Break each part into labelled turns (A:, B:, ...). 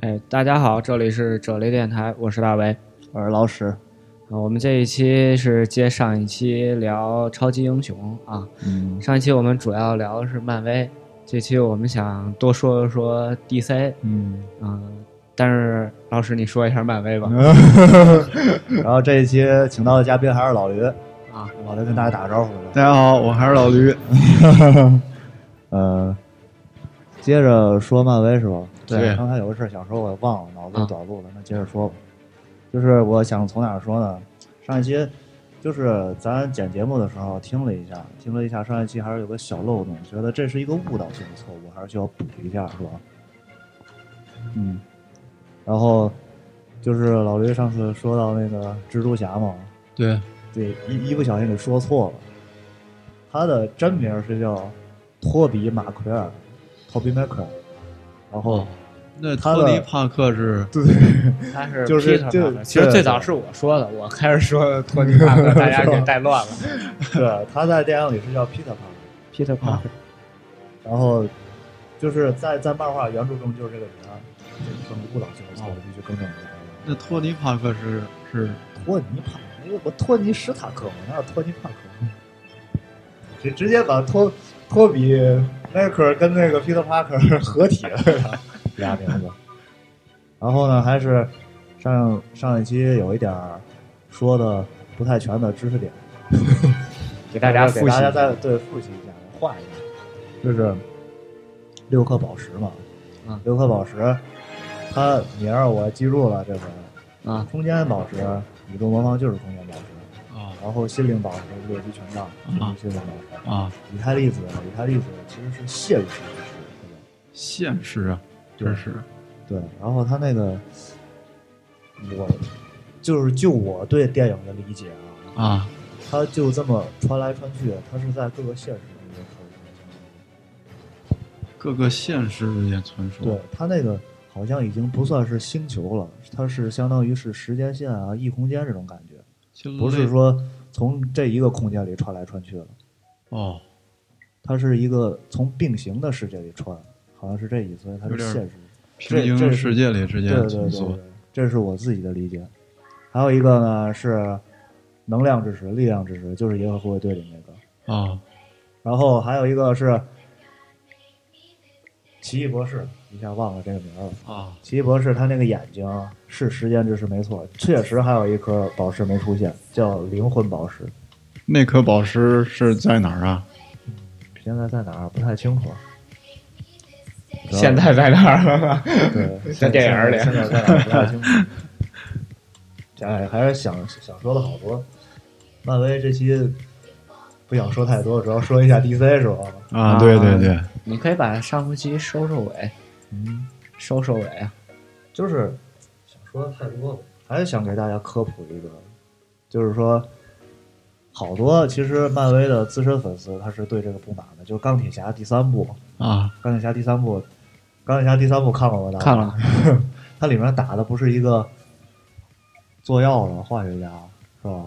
A: 哎大家好，这里是啫喱电台，我是大为。
B: 我是老史，
A: 啊，我们这一期是接上一期聊超级英雄啊，
B: 嗯
A: 上一期我们主要聊的是漫威，这期我们想多说一说 DC
B: 嗯，
A: 啊、但是老师你说一下漫威吧，
B: 然后这一期请到的嘉宾还是老驴，
A: 啊，
B: 老驴跟大家打个招呼吧。
C: 大家好，我还是老驴。
B: 呃，接着说漫威是吧？
C: 对
B: 刚才有个事儿想说，我忘了，脑子
A: 啊
B: 短路了。那接着说吧，就是我想从哪儿说呢？上一期就是咱剪节目的时候听了一下，听了一下上一期还是有个小漏洞，觉得这是一个误导性的错误，还是需要补一下，是吧？嗯，然后就是老驴上次说到那个蜘蛛侠嘛，
C: 对，
B: 对，一一不小心给说错了。他的真名是叫托比·马奎尔 （Toby Mac），然后、
C: 那
B: 他的
C: 托尼·帕克是
A: 他是
B: 就是
A: Peter
B: 就
A: Parker 其实最早是我说的，我开始说托尼帕克，大家给带乱了。
B: 对，啊他在电影里是叫 Peter Parker，
A: Peter Parker，、
B: 然后就是在在漫画原著中就是这个人啊，这很误导性的错误，必须更正一下。
C: 那托尼·帕克是是
B: 托尼·帕，哎呦，我托尼·史塔克嘛，哪有托尼·帕克？直直接把托托比·迈克尔跟那个 Peter Parker 合体了，俩名字。然后呢，还是上上一期有一点儿说的不太全的知识点，
A: 给大家
B: 给
A: 复习
B: 大
A: 一下。
B: 家再对复习一下，画一下，就是六颗宝石嘛，
A: 嗯
B: 六颗宝石，它名儿我记住了，这回
A: 啊，
B: 空间宝石，宇宙魔方就是空间宝石，
C: 啊
B: 然后心灵宝石六级权杖，心灵宝石，
C: 啊
B: 以太粒子，以太粒子其实是谢氏宝石，
C: 现实啊，
B: 对
C: 真是
B: 对，然后它那个我就是就我对电影的理解啊，
C: 啊
B: 它就这么穿来穿去，它是在各个现实中间穿来穿去。
C: 各个现实之间传说。
B: 对它那个好像已经不算是星球了，它是相当于是时间线啊、异空间这种感觉，
C: 其实
B: 不是说从这一个空间里穿来穿去了，
C: 哦，
B: 它是一个从并行的世界里穿，好像是这意思，所以它是
C: 有点儿
B: 现实。
C: 平
B: 这
C: 行
B: 是
C: 世界里之
B: 对
C: 间
B: 对对
C: 传
B: 对
C: 说
B: 对，这是我自己的理解。还有一个呢是能量之石、力量之石，就是银河护卫队里那个。
C: 啊
B: 然后还有一个是奇异博士，一下忘了这个名儿了。
C: 啊
B: 奇异博士他那个眼睛是时间之石没错，确实还有一颗宝石没出现，叫灵魂宝石。
C: 那颗宝石是在哪儿啊？
B: 现在在哪儿不太清楚。
A: 现在在哪儿了？
B: 对，
A: 在电影里
B: 现在在哪儿不太清楚。哎，还是想想说的好多。漫威这期不想说太多，主要说一下 DC 是吧？
A: 啊
C: 啊，对对对，
A: 你可以把上回期收收尾，
B: 嗯，
A: 收收尾啊。
B: 就是想说的太多了，还是想给大家科普一个，就是说，好多其实漫威的资深粉丝他是对这个不满的，就是钢铁侠第三部，
C: 啊
B: 钢铁侠第三部，钢铁侠第三部看过吗？大家
A: 看了，
B: 它里面打的不是一个做药的化学家是吧？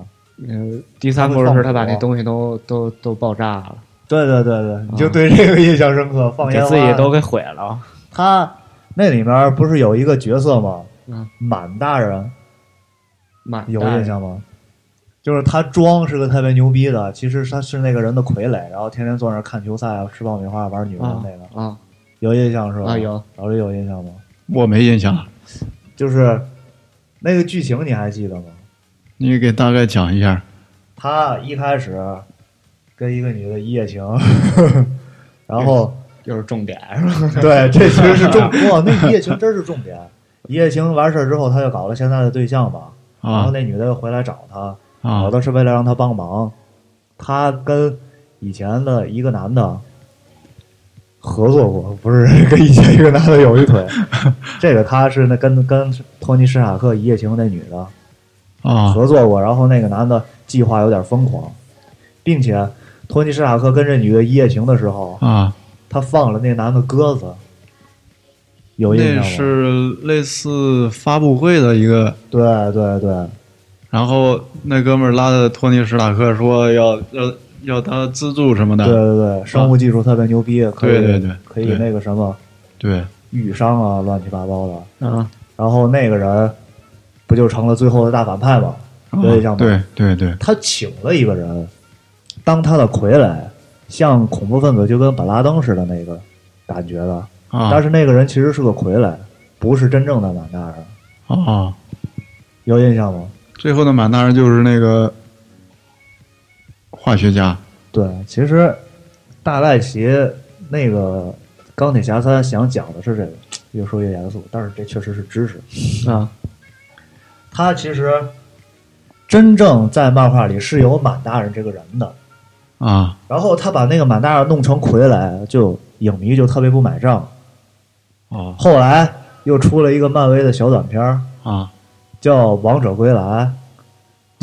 A: 嗯，第三部是他把那东西都都都爆炸了，
B: 对对对对，你就对这个印象深刻，放
A: 嗯给
B: 烟花
A: 自己都给毁了。
B: 他那里面不是有一个角色吗？
A: 嗯，
B: 满大人
A: 满大
B: 有印象吗？就是他装是个特别牛逼的，其实他是那个人的傀儡，然后天天坐那儿看球赛、吃爆米花、玩女人
A: 啊
B: 那个，
A: 啊
B: 有印象是吧？
A: 啊有，
B: 老师有印象吗？
C: 我没印象了，
B: 就是那个剧情你还记得吗？
C: 你给大概讲一下。
B: 他一开始跟一个女的一夜情， 然后
A: 又是重点是吧？
B: 对，这其实是重哇，那一夜情真是重点。一夜情完事儿之后，他就搞了现在的对象嘛，然后
C: 啊
B: 那女的又回来找他，
C: 啊
B: 找他是为了让他帮忙。他跟以前的一个男的合作过，不是跟以前一个男的有一 腿。这个他是那跟跟托尼·史塔克一夜情那女的，
C: 啊
B: 合作过，然后那个男的计划有点疯狂，并且托尼·史塔克跟这女的一夜情的时候，
C: 啊，
B: 他放了那男的鸽子，有印象
C: 那
B: 吗？
C: 是类似发布会的一个
B: 对对对
C: 然后那哥们儿拉着托尼·史塔克说要要要他资助什么
B: 对
C: 的，
B: 对对，生物技术特别牛逼，可以
C: 啊对对对
B: 可以
C: 对
B: 那个什么
C: 对
B: 愈伤啊，乱七八糟的。
A: 啊，
B: 然后那个人不就成了最后的大反派吗？有点像吧？
C: 哦对对对，
B: 他请了一个人当他的傀儡，像恐怖分子就跟本拉登似的那个感觉的，
C: 啊
B: 但是那个人其实是个傀儡，不是真正的满大人，
C: 啊，
B: 有印象吗？
C: 最后的满大人就是那个化学家，
B: 对，其实大赖奇那个钢铁侠三想讲的是这个，越说越严肃，但是这确实是知识。
A: 啊，
B: 他其实真正在漫画里是有满大人这个人的，
C: 啊
B: 然后他把那个满大人弄成傀儡，就影迷就特别不买账。
C: 哦
B: 后来又出了一个漫威的小短片儿
C: 啊
B: 叫《王者归来》，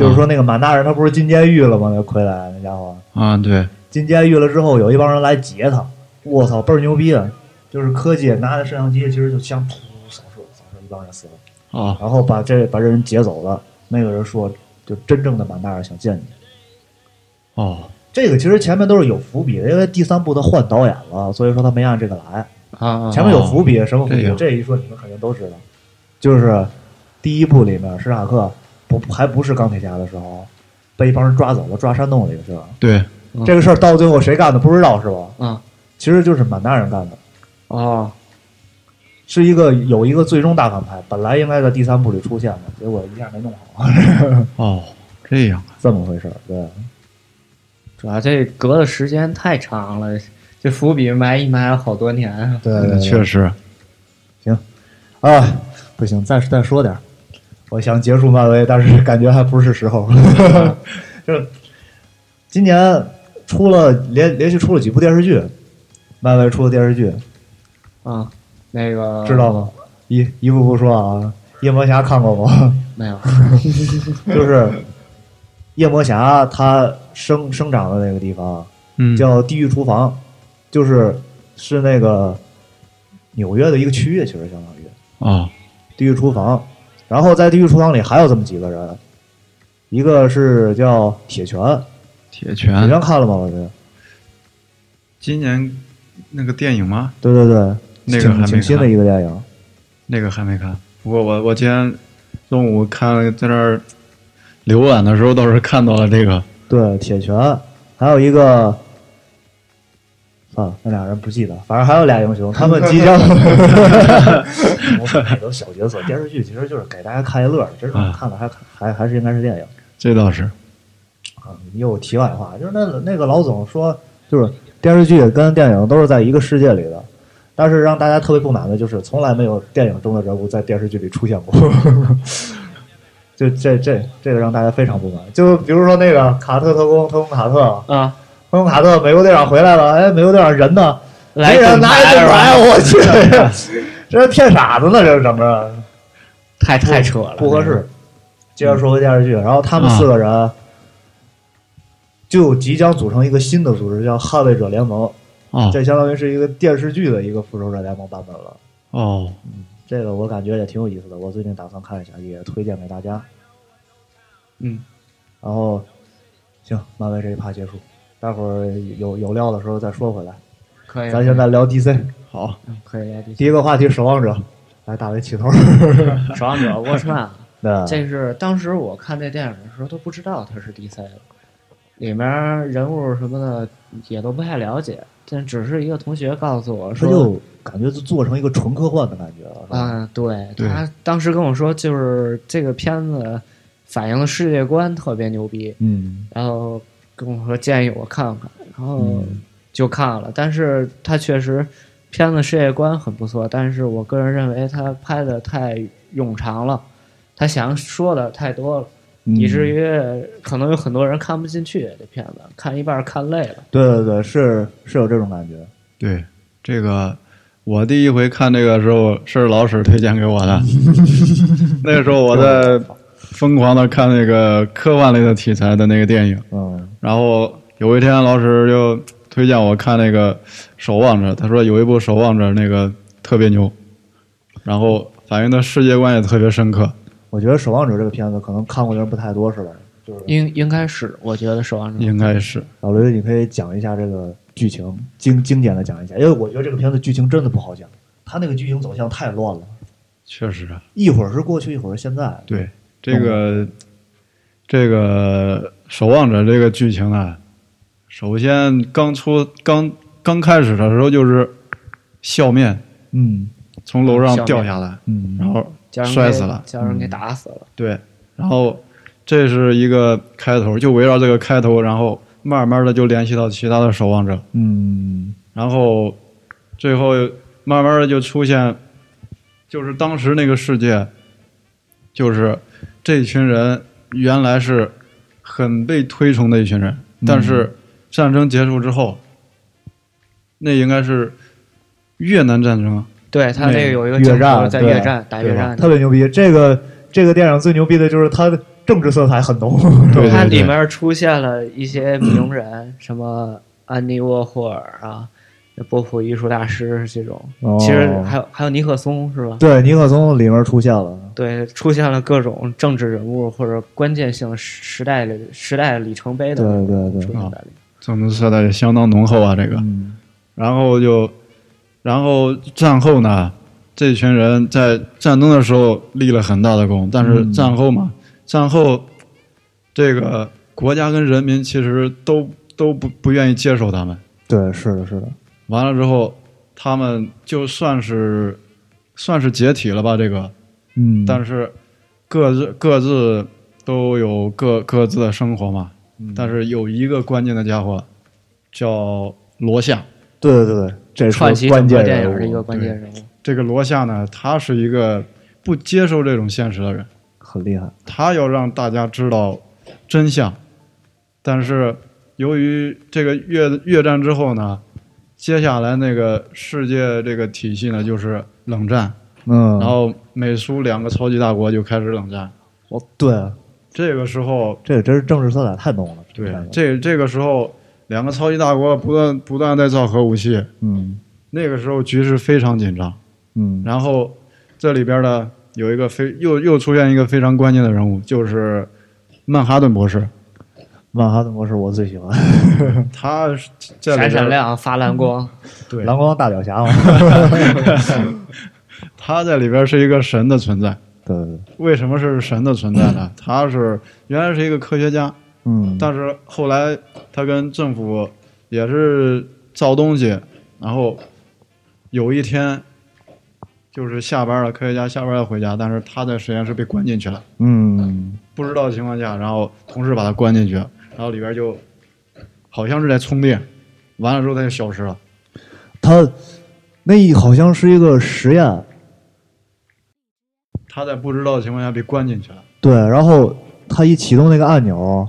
B: 就是说那个满大人他不是进监狱了吗？那傀儡那家伙，
C: 啊，对，
B: 进监狱了之后，有一帮人来劫他，我操，倍儿牛逼啊！就是科技拿着摄像机，其实就枪突扫射，扫射一帮人死了，
C: 啊
B: 然后把这把这人劫走了。那个人说，就真正的满大人想见你。
C: 哦
B: 这个其实前面都是有伏笔的，因为第三部他换导演了，所以说他没按这个来。
A: 啊
B: 前面有伏笔，什么伏
C: 哦这
B: 笔
C: 个？
B: 这一说你们肯定都知道，就是第一部里面史塔克不还不是钢铁侠的时候，被一帮人抓走了，抓山洞里去了。
C: 对
A: 嗯
B: 这个事儿到最后谁干的不知道是吧？
A: 啊
B: 其实就是满大人干的。
A: 哦
B: 是一个有一个最终大反派，本来应该在第三部里出现的，结果一下没弄好，
C: 哦这样
B: 这么回事儿。对，
A: 主要这隔的时间太长了，这伏笔埋一埋了好多年啊。
B: 对
C: 啊，确实
B: 啊，不行，再再说点儿。我想结束漫威，但是感觉还不是时 候。就是今年出了连连续出了几部电视剧，漫威出的电视剧，
A: 啊，那个
B: 知道吗？一一步步说啊，夜魔侠看过吗？
A: 没有？
B: 就是夜魔侠他生生长的那个地方，
C: 嗯
B: 叫地狱厨房，就是是那个纽约的一个区域，其实相当于
C: 啊
B: 地狱厨房。然后在地狱厨房里还有这么几个人，一个是叫铁拳，
C: 铁
B: 铁
C: 拳，
B: 拳看了吗？我觉得，
C: 今年那个电影吗？
B: 对对对，
C: 那个还
B: 挺
C: 没
B: 挺新的
C: 看
B: 一个电影，
C: 那个还没看，不过我我今天中午看在那儿浏览的时候倒是看到了这个
B: 对，铁拳，还有一个。啊，那俩人不记得，反正还有俩英雄，他们即 将。 我看那都小角色，电视剧其实就是给大家看一乐儿，真正
C: 啊
B: 看了还还还是应该是电影。
C: 这倒是
B: 啊，又题外话，就是那那个老总说，就是电视剧跟电影都是在一个世界里的，但是让大家特别不满的就是，从来没有电影中的人物在电视剧里出现过。 就这这这个让大家非常不满。就比如说那个卡特特工特工卡特，
A: 啊，
B: 特工卡特美国队长回来了，哎，美国队长人呢？
A: 来
B: 没人
A: 整
B: 拿一
A: 牌
B: 盾
A: 儿吧
B: 牌，我去， 这是骗傻子呢，这是整着。
A: 太太扯了，嗯
B: 不合适。接着说回电视剧，然后他们四个人就即将组成一个新的组织，叫捍卫者联盟。
C: 哦
B: 这相当于是一个电视剧的一个复仇者联盟版本了。
C: 哦
B: 这个我感觉也挺有意思的，我最近打算看一下，也推荐给大家。
A: 嗯，
B: 然后，行，漫威这一趴结束，待会儿有有料的时候再说回来。
A: 可以。
B: 咱现在聊 DC，
C: 好
A: 嗯可以来第
B: 第一个话题《守望者》，来大为 起头。
A: 守望者 Watchman，
B: 那
A: 这是当时我看这电影的时候都不知道它是 DC 的，里面人物什么的也都不太了解，但只是一个同学告诉我
B: 他
A: 说，
B: 就感觉就做成一个纯科幻的感觉了。是吧
A: 啊、对
C: 对
A: 他当时跟我说，就是这个片子反映的世界观特别牛逼，
B: 嗯，
A: 然后跟我说建议我看看，然后
B: 嗯
A: 就看了。但是它确实片子世界观很不错，但是我个人认为它拍的太冗长了，他想说的太多了，以至于可能有很多人看不进去这片子，看一半儿看累了。
B: 对对对，是是有这种感觉。
C: 对这个。我第一回看这个时候是老史推荐给我的， 那个时候我在疯狂的看那个科幻类的题材的那个电影，
B: 嗯
C: 然后有一天老师就推荐我看那个《守望者》，他说有一部《守望者》那个特别牛，然后反映的世界观也特别深刻。，
B: 我觉得《守望者》这个片子可能看过的人不太多，是吧？就是
A: 应应该是，我觉得《守望者》
C: 应该是
B: 老刘，你可以讲一下这个剧情，精精简的讲一下，因为我觉得这个片子剧情真的不好讲，他那个剧情走向太乱了。
C: 确实啊，
B: 一会儿是过去，一会儿是现在。
C: 对这个这个《守望者》这个剧情啊，首先刚出刚刚开始的时候就是笑面
B: 嗯
C: 从楼
A: 笑
C: 上
A: 面
C: 掉下来，
B: 嗯
C: 然后
A: 叫人
C: 摔
A: 给
C: 死了
A: 叫人给打死了。
C: 对，然后这是一个开头，就围绕这个开头，然后慢慢的就联系到其他的守望者，
B: 嗯
C: 然后最后慢慢的就出现，就是当时那个世界，就是这群人原来是很被推崇的一群人，但是战争结束之后，那应该是越南战争啊，
A: 对他这个
C: 那
A: 有一个
B: 越
A: 镜头
B: 战
A: 在
B: 对
A: 越战打越
C: 对吧
A: 战的，
B: 特别牛逼。这个这个电影最牛逼的就是它的政治色彩很浓。
C: 对对
A: 它
C: 对
A: 里面出现了一些名人， 什么安妮沃霍尔啊、波普艺术大师这种，
B: 哦
A: 其实还有还有尼克松是吧？
B: 对，尼克松里面出现了。
A: 对，出现了各种政治人物或者关键性时时代里时代里程碑的
B: 对对
A: 出
B: 对，
A: 现在里面。
C: 政治色彩也相当浓厚啊，这个。
B: 嗯
C: 然后就，然后战后呢，这群人在战争的时候立了很大的功，但是
B: 嗯
C: 战后嘛，战后这个国家跟人民其实都都不不愿意接受他们。
B: 对，是的，是的，
C: 完了之后，他们就算是算是解体了吧，这个，
B: 嗯，
C: 但是各自各自都有各各自的生活嘛。
B: 嗯
C: 但是有一个关键的家伙叫罗夏，
B: 对对对，这
A: 串
B: 是
A: 起整
B: 关
A: 个
B: 键
A: 电
B: 人
A: 影
B: 物
A: 的一个关键人物，
C: 这个罗夏呢，他是一个不接受这种现实的人，
B: 很厉害。
C: 他要让大家知道真相。但是由于这个越越战之后呢，接下来那个世界这个体系呢就是冷战，
B: 嗯，
C: 然后美苏两个超级大国就开始冷战。
B: 我对
C: 这个时候，
B: 这真是政治色彩太浓了。
C: 对
B: 这个
C: 这这个时候，两个超级大国不断不断在造核武器，
B: 嗯
C: 那个时候局势非常紧张。
B: 嗯，
C: 然后这里边呢有一个非又又出现一个非常关键的人物，就是曼哈顿博士，
B: 曼哈顿博士我最喜欢，
C: 他是在
A: 闪
C: 里边
A: 闪，亮发蓝
B: 嗯
A: 光，
C: 对，
B: 蓝光大脚侠嘛。
C: 他在里边是一个神的存在。
B: 对对对，
C: 为什么是神的存在呢？他是原来是一个科学家，
B: 嗯，
C: 但是后来他跟政府也是造东西，然后有一天就是下班了，科学家下班了回家，但是他在实验室被关进去了。
B: 嗯
C: 不知道的情况下，然后同事把他关进去，然后里边就好像是在充电，完了之后他就消失了。
B: 他那好像是一个实验，
C: 他在不知道的情况下被关进去了，
B: 对，然后他一启动那个按钮，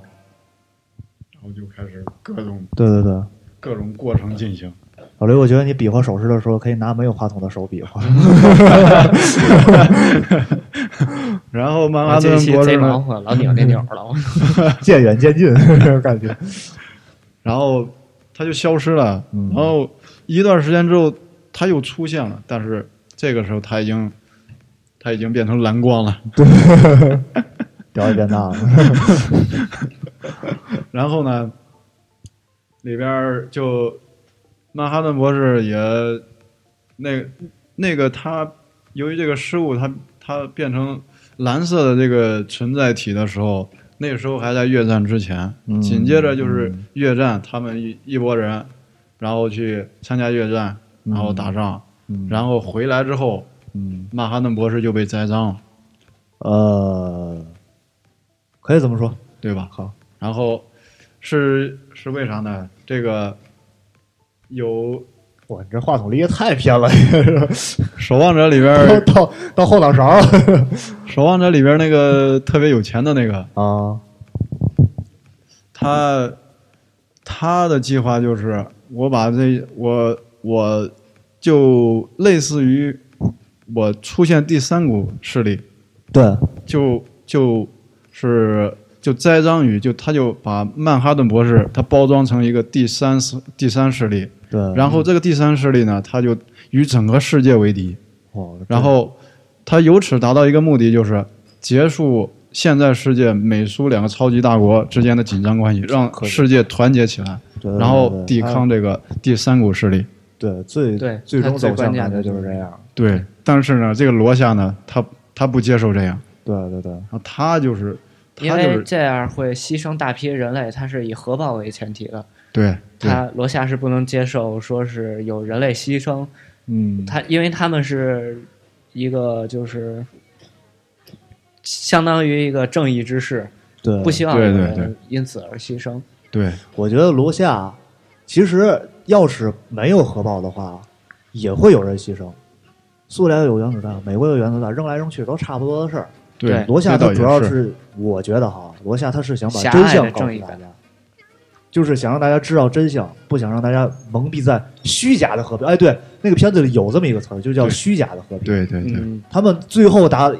C: 然后就开始各种
B: 对对对。
C: 各种过程进行。
B: 老刘，我觉得你比划手势的时候，可以拿没有话筒的手比划。
C: 然后曼
A: 我
C: 哈
A: 这
C: 顿
A: 期
C: 博
A: 贼
C: 士
A: 忙
C: 呢，
A: 活，老拧那钮儿 了。
B: 渐远渐近 这种感觉。
C: 然后他就消失了。
B: 嗯
C: 然后一段时间之后，他又出现了，但是这个时候他已经他已经变成蓝光了。
B: 表演变大了，
C: 然后呢，里边儿就曼哈顿博士也那那个他由于这个失误，他他变成蓝色的这个存在体的时候，那时候还在越战之前，
B: 嗯
C: 紧接着就是越战，他们一一拨人，然后去参加越战，然后打仗，
B: 嗯
C: 然后回来之后，
B: 嗯，
C: 曼哈顿博士就被栽赃了，
B: 呃，可以这么说，
C: 对吧？
B: 好，
C: 然后是是为啥呢？这个有
B: 哇，你这话筒离得太偏了，
C: 《守望者》里边
B: 到
C: 儿，
B: 到到后脑勺了
C: 《守望者》里边儿那个特别有钱的那个，
B: 啊，
C: 他他的计划就是，我把这我我就类似于我出现第三股势力，
B: 对，
C: 就就是就栽赃于就他就把曼哈顿博士他包装成一个第三势第三势力，
B: 对，
C: 然后这个第三势力呢，他就与整个世界为敌。
B: 后
C: 然后他由此达到一个目的，就是结束现在世界美苏两个超级大国之间的紧张关系，让
B: 可以
C: 世界团结起来，
B: 对对
C: 然后
B: 对哎
C: 抵抗这个第三股势力。
B: 对最
A: 对
B: 最终
A: 他最
B: 走向
A: 关键
B: 感
A: 的
B: 觉
A: 就
B: 就
A: 是是
B: 这样，
C: 对，但是呢，这个罗夏呢，他他不接受这样，
B: 对对对，
C: 然后他就是
A: 因
C: 他就
A: 为
C: 是
A: 这样会牺牲大批人类，它是以核爆为前提的。
C: 对对，
A: 他罗夏是不能接受说是有人类牺牲，
C: 嗯，
A: 他因为他们是一个就是相当于一个正义之士，
B: 对
A: 不希望有
C: 对对对
A: 人因此而牺牲。
C: 对
B: 我觉得罗夏其实要是没有核爆的话，也会有人牺牲。苏联有原子弹，美国有原子弹，扔来扔去都差不多的事儿。
A: 对
B: 罗夏
C: 这倒
B: 他
C: 也
B: 主要
C: 是
B: 是，我觉得哈，罗夏他是想把
A: 狭隘
B: 真
A: 的
B: 相告
A: 正
B: 诉
A: 义
B: 大
A: 感
B: 家，就是想让大家知道真相，不想让大家蒙蔽在虚假的和平。哎，对，那个片子里有这么一个词儿，就叫
C: 对
B: 虚假的和平。
C: 对对对，
A: 嗯，
B: 他们最后打，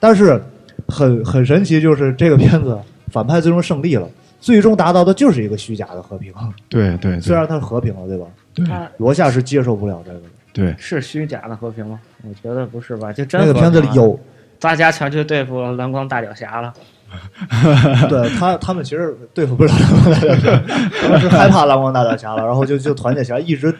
B: 但是很很神奇，就是这个片子反派最终胜利了，最终达到的就是一个虚假的和平。
C: 对啊对
B: 虽
C: 对
B: 然它是和平了，对吧？
C: 对
A: 他
B: 罗夏是接受不了这个的。
C: 对，
A: 是虚假的和平吗？我觉得不是吧，就真
B: 那个
A: 和
B: 片子
A: 平
B: 里
A: 啊
B: 有，
A: 大家全去对付蓝光大脚侠了，
B: 对他他们其实对付不了蓝光大脚侠， 他们是害怕蓝光大脚侠了，然后就就团结起来，一直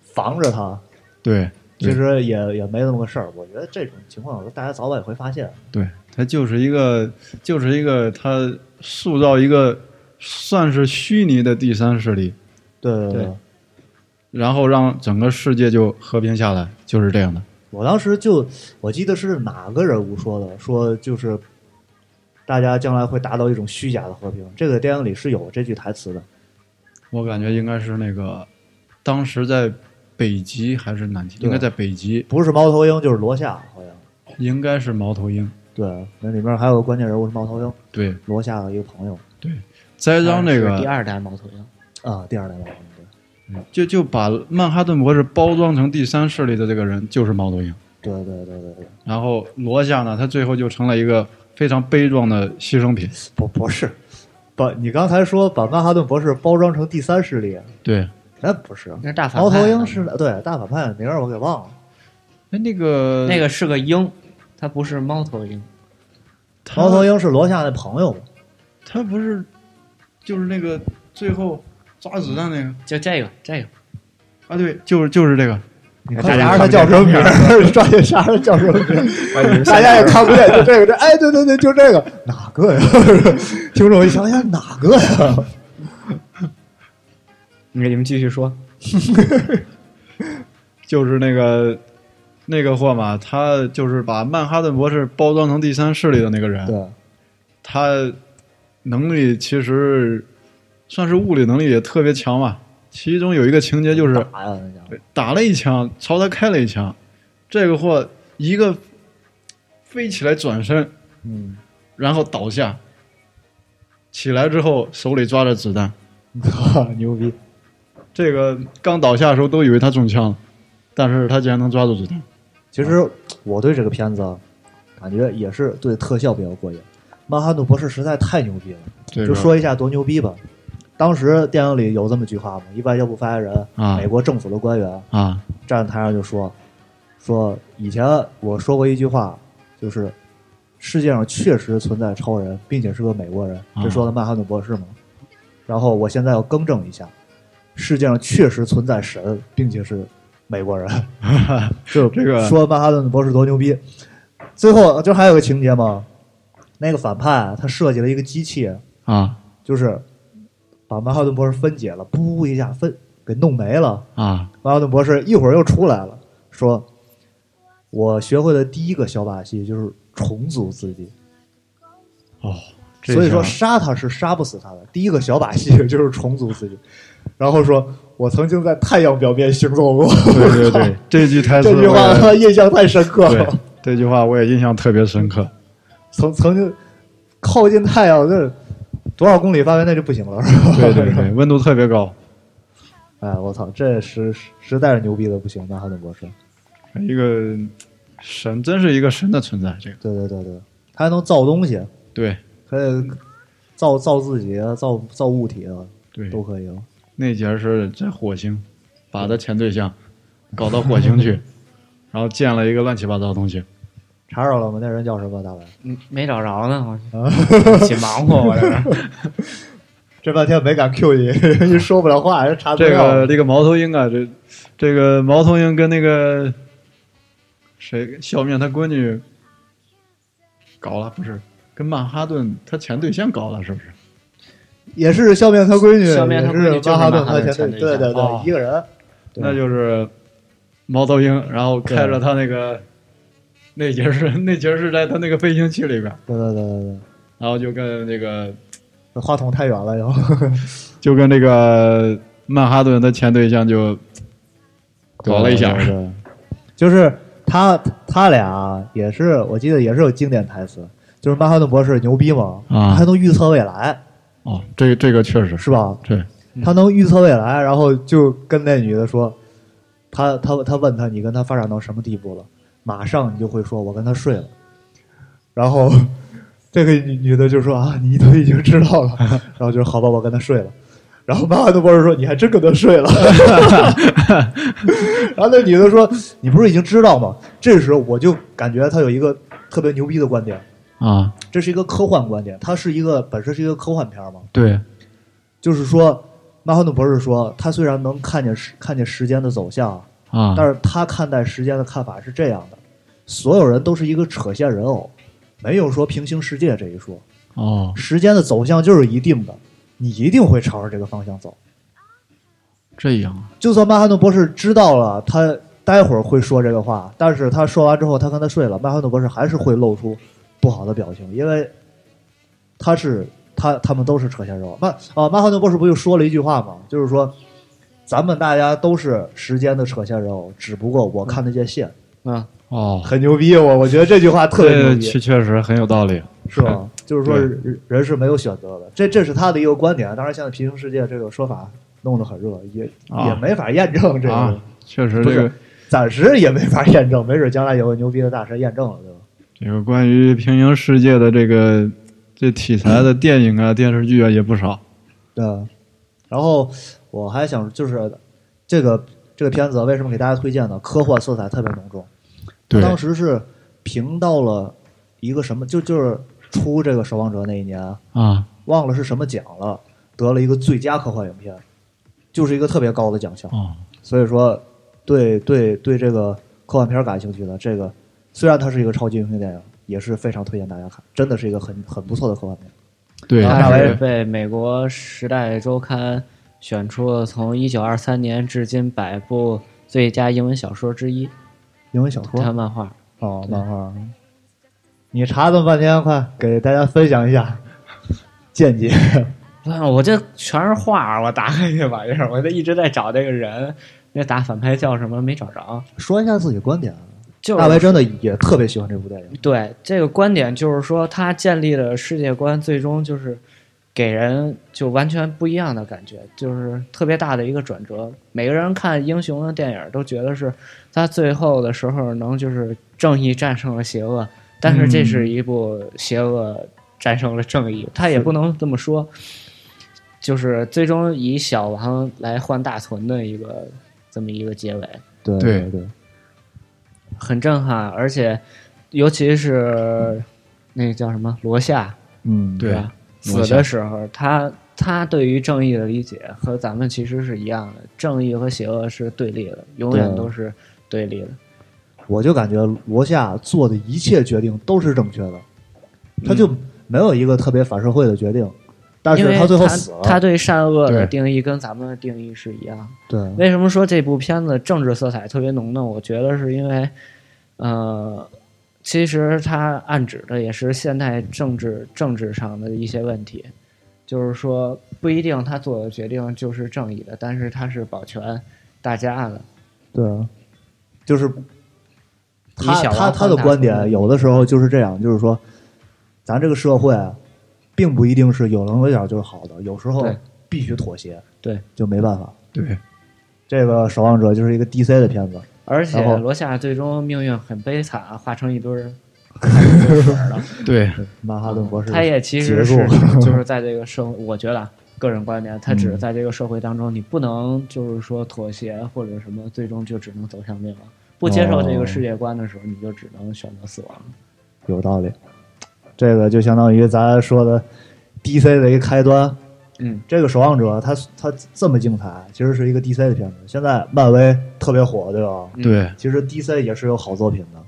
B: 防着他。
C: 对
B: 其实也也没那么个事儿，我觉得这种情况大家早晚会发现。
C: 对，他就是一个就是一个他塑造一个算是虚拟的第三势力，
B: 对对对，
A: 对
C: 然后让整个世界就和平下来，就是这样的。
B: 我当时就我记得是哪个人物说的，说就是大家将来会达到一种虚假的和平。这个电影里是有这句台词的。
C: 我感觉应该是那个当时在北极还是南极，
B: 对
C: 应该在北极，
B: 不是猫头鹰就是罗夏，好像
C: 应该是猫头鹰。
B: 对，那里面还有个关键人物是猫头鹰，
C: 对，
B: 罗夏的一个朋友
C: 栽赃这
A: 呃是第
C: 个
A: 二代猫头鹰，
B: 啊，第二代猫头鹰，
C: 就就把曼哈顿博士包装成第三势力的这个人就是猫头鹰，
B: 对对对对对对，
C: 然后罗夏呢，他最后就成了一个非常悲壮的牺牲品。
B: 不不是，把你刚才说把曼哈顿博士包装成第三势力，
C: 对，
B: 那不是
A: 那是大反派
B: 猫
A: 啊。
B: 头鹰是对大反派名儿我给忘了，
C: 哎，那个
A: 那个是个鹰，它不是猫头鹰。
C: 他
B: 猫头，鹰是罗夏那朋友嘛，
C: 他不是就是那个最后抓子弹那个
A: 就这个这个，哎
C: 啊？对，就是就是这个。
B: 你
A: 大
B: 看
A: 家
B: 啥他
A: 看不
B: 叫
A: 见
B: 什么名儿，你抓紧啥他叫什么名 儿，大
A: 大
B: 家也看不见，就这个这哎对对对，就这个哪个呀？ 听众一想想哪个呀？
A: 你你们继续说。
C: 就是那个那个货嘛，他就是把曼哈顿博士包装成第三势力的那 个人，
B: 对
C: 他能力其实算是物理能力也特别强嘛。其中有一个情节就是
B: 打呀那家伙，
C: 打了一枪，朝他开了一枪，这个货一个飞起来转身，
B: 嗯，
C: 然后倒下，起来之后手里抓着子弹，
B: 牛逼，
C: 这个刚倒下的时候都以为他中枪了，但是他竟然能抓住子弹。
B: 其实我对这个片子啊感觉也是对特效比较过瘾。曼哈顿博士实在太牛逼了，
C: 这个
B: 就说一下多牛逼吧。当时电影里有这么句话嘛，一外交部发言人、
C: 啊
B: 美国政府的官员
C: 啊，
B: 站在台上就说：“说以前我说过一句话，就是世界上确实存在超人，并且是个美国人。”这
C: 啊
B: 说的曼哈顿博士嘛。然后我现在要更正一下，世界上确实存在神，并且是美国人。就
C: 这个
B: 说曼哈顿博士多牛逼。最后就还有个情节嘛，那个反派他设计了一个机器，
C: 啊
B: 就是把曼哈顿博士分解了，噗一下分给弄没了。
C: 啊
B: 曼哈顿博士一会儿又出来了，说：“我学会的第一个小把戏就是重组自己，
C: 哦，这
B: 所以说杀
C: 下
B: 他是杀不死他的。第一个小把戏 就是重组自己。”然后说：“我曾经在太阳表面行走过。
C: 对对对，这句台”词
B: 这句
C: 我
B: 话
C: 也
B: 他妈印象太深刻
C: 对
B: 了。
C: 这句话我也印象特别深刻。
B: 曾曾经靠近太阳，那多少公里范围内就不行了，是吧？
C: 对对 对，温度特别高。
B: 哎，我操，这实实在是牛逼的不行，曼哈顿博士。
C: 一个神，真是一个神的存在。这个
B: 对对对对，他还能造东西，
C: 对
B: 可以造造自己啊，造造物体啊，
C: 对，
B: 都可以啊。
C: 那节是在火星，把他前对象搞到火星去， 然后建了一个乱七八糟的东西。
B: 查着了吗？那人叫什么？大白，
A: 嗯，没找着呢，
B: 啊
A: 我起忙活我这儿。
B: 这半天没敢 Q 你， 你说不了话，人查资
C: 这
B: 料
C: 个这个猫头鹰啊，这这个猫头鹰跟那个谁笑面他闺女搞了，不是跟曼哈顿他前对象搞了，是不是？
B: 也是消灭他闺女，
A: 消灭他闺女
B: 也是曼哈顿和
A: 就是曼哈顿前
B: 前对
A: 对
B: 对对
C: 哦
B: 对，一个人，
A: 对
C: 那就是猫头鹰，然后开着他那个那节是那节是在他那个飞行器里边，
B: 对对对对
C: 然后就跟那个
B: 对，话筒太远了又，
C: 就跟那个曼哈顿他前对象就搞了一下，
B: 对，对对就是他他俩也是，我记得也是有经典台词，就是曼哈顿博士牛逼嘛，
C: 啊
B: 他能预测未来
C: 哦，这这个确实
B: 是吧？
C: 对，
B: 他能预测未来，然后就跟那女的说，他他他问他你跟他发展到什么地步了，马上你就会说我跟他睡了，然后这个女女的就说啊你都已经知道了，然后就说好吧我跟他睡了，然后妈妈的博士说你还真跟他睡了， 然后那女的说你不是已经知道吗？这时候我就感觉他有一个特别牛逼的观点，
C: 啊，
B: 这是一个科幻观点，它是一个本身是一个科幻片嘛，
C: 对，
B: 就是说，曼哈顿博士说，他虽然能看见时看见时间的走向，
C: 啊
B: 但是他看待时间的看法是这样的：所有人都是一个扯线人偶，没有说平行世界这一说。
C: 哦
B: 时间的走向就是一定的，你一定会朝着这个方向走。
C: 这样啊，
B: 就算曼哈顿博士知道了他待会儿会说这个话，但是他说完之后，他跟他睡了，曼哈顿博士还是会露出不好的表情，因为他是他他们都是扯线人偶。曼啊，曼哈顿博士不就说了一句话吗？就是说，咱们大家都是时间的扯线人偶，只不过我看得见线，
A: 啊，
C: 哦，
B: 很牛逼。我我觉得这句话特别牛
C: 这
B: 逼
C: 确，确实很有道理，
B: 是吧？就是说
C: 对
B: 人人是没有选择的，这这是他的一个观点。当然，现在平行世界这个说法弄得很热，也、
C: 啊
B: 也没法验证这个。
C: 啊，确实
B: 不
C: 这
B: 是
C: 个。
B: 暂时也没法验证，没准将来有个牛逼的大神验证了，对吧？
C: 这个关于平行世界的这个这题材的电影啊、电视剧啊也不少。
B: 对啊。然后我还想，就是这个这个片子为什么给大家推荐呢？科幻色彩特别浓重。
C: 对
B: 当时是评到了一个什么，就就是出这个《守望者》那一年，
C: 啊，
B: 忘了是什么奖了，得了一个最佳科幻影片，就是一个特别高的奖项。
C: 哦，
B: 所以说，对对对，这个科幻片感兴趣的，这个虽然它是一个超级英雄电影，也是非常推荐大家看，真的是一个很很不错的科幻片。
C: 对，
B: 啊
A: 他
B: 大
A: 是
B: 卫
A: 被美国《时代周刊》选出了从一九二三年至今百部最佳英文小说之一。
B: 英文小说
A: 他漫画，
B: 哦，漫画。你查这么半天，快给大家分享一下 见解。
A: 啊我这全是画儿，我打开这玩意儿，我就一直在找这个人，那打反派叫什么没找着。
B: 说一下自己观点啊。
A: 就
B: 大
A: 是
B: 白真的也特别喜欢这部电影，
A: 对这个观点，就是说他建立的世界观，最终就是给人就完全不一样的感觉，就是特别大的一个转折。每个人看英雄的电影都觉得是他最后的时候能就是正义战胜了邪恶，但是这是一部邪恶战胜了正义，他也不能这么说，就是最终以小王来换大存的一个这么一个结尾。
B: 对
C: 对
B: 对对，
A: 很震撼，而且尤其是那个叫什么罗夏，
B: 嗯，
C: 对
A: 吧？
C: 罗夏
A: 死的时候，他他对于正义的理解和咱们其实是一样的，正义和邪恶是对立的，永远
B: 对
A: 都是对立的。
B: 我就感觉罗夏做的一切决定都是正确的，他就没有一个特别反社会的决定，但
A: 因
B: 是
A: 为
B: 最后死了。
A: 他对善恶的
C: 对
A: 定义跟咱们的定义是一样的。
B: 对，
A: 为什么说这部片子政治色彩特别浓呢？我觉得是因为，呃，其实它暗指的也是现代政治政治上的一些问题，就是说不一定他做的决定就是正义的，但是他是保全大家的。
B: 对啊，就是
A: 以
B: 他
A: 小
B: 他
A: 王
B: 他
A: 换
B: 的
A: 大
B: 观
A: 王
B: 点，有的时候就是这样，就是说，咱这个社会啊并不一定是有棱有角就是好的，有时候
A: 对
B: 必须妥协，
A: 对，
B: 就没办法。
C: 对，
B: 这个《守望者》就是一个 DC 的片子，
A: 而且
B: 然后
A: 罗夏最终命运很悲惨，啊化成一堆儿。
C: 对，
B: 曼哈顿博士，
A: 他也其实
B: 结
A: 是
B: 束
A: 就是在这个社会，我觉得啊个人观点，他只
B: 嗯
A: 是在这个社会当中，你不能就是说妥协或者什么，最终就只能走向灭亡。不接受
B: 哦
A: 这个世界观的时候，你就只能选择死亡。
B: 有道理。这个就相当于咱说的 DC 的一个开端。
A: 嗯，
B: 这个《守望者》它它这么精彩，其实是一个 DC 的片子。现在漫威特别火，对吧？
A: 嗯
C: 对，
B: 其实 DC 也是有好作品的，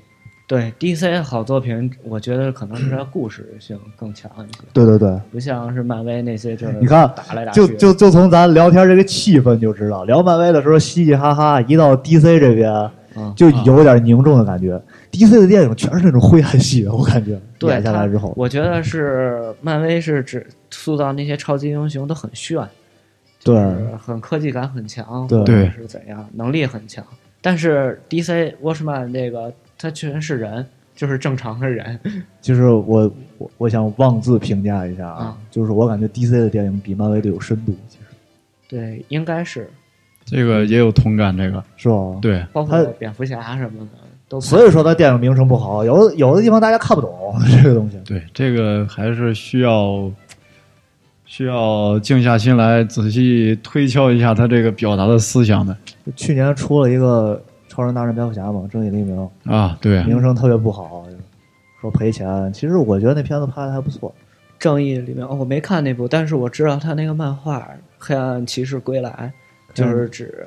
A: 对 DC 好作品，我觉得可能是它故事性更强一些，
B: 对对对，
A: 不像是漫威那些就是
B: 你看
A: 打来打去
B: 就就就从咱聊天这个气氛就知道，聊漫威的时候嘻嘻哈哈，一到 DC 这边
A: 嗯
B: 就有点凝重的感觉。DC 的电影全是那种灰暗系的，我感觉
A: 对
B: 演下来
A: 它
B: 之后，
A: 我觉得是漫威是指塑造那些超级英雄都很炫，
B: 对
A: 就是很科技感很强，
B: 嗯对
A: 或者是怎样，能力很强。但是 DC Watchman 这个，他全是人，就是正常的人，
B: 就是我我我想妄自评价一下啊
A: 啊，
B: 就是我感觉 DC 的电影比漫威的有深度，其实
A: 对，应该是
C: 这个也有同感，这个
B: 是吧？
C: 对，
A: 包
B: 他
A: 括蝙蝠侠什么的都不。
B: 所以说它电影名声不好，有的有的地方大家看不懂 这个东西。
C: 对，这个还是需要需要静下心来仔细推敲一下他这个表达的思想的
B: 就去年出了一个《超人大战蝙蝠侠》嘛，正义黎明，
C: 啊。对，
B: 名声特别不好，说赔钱。其实我觉得那片子拍的还不错，
A: 正义里面、哦我没看那部，但是我知道他那个漫画《黑暗骑士归来》，就是指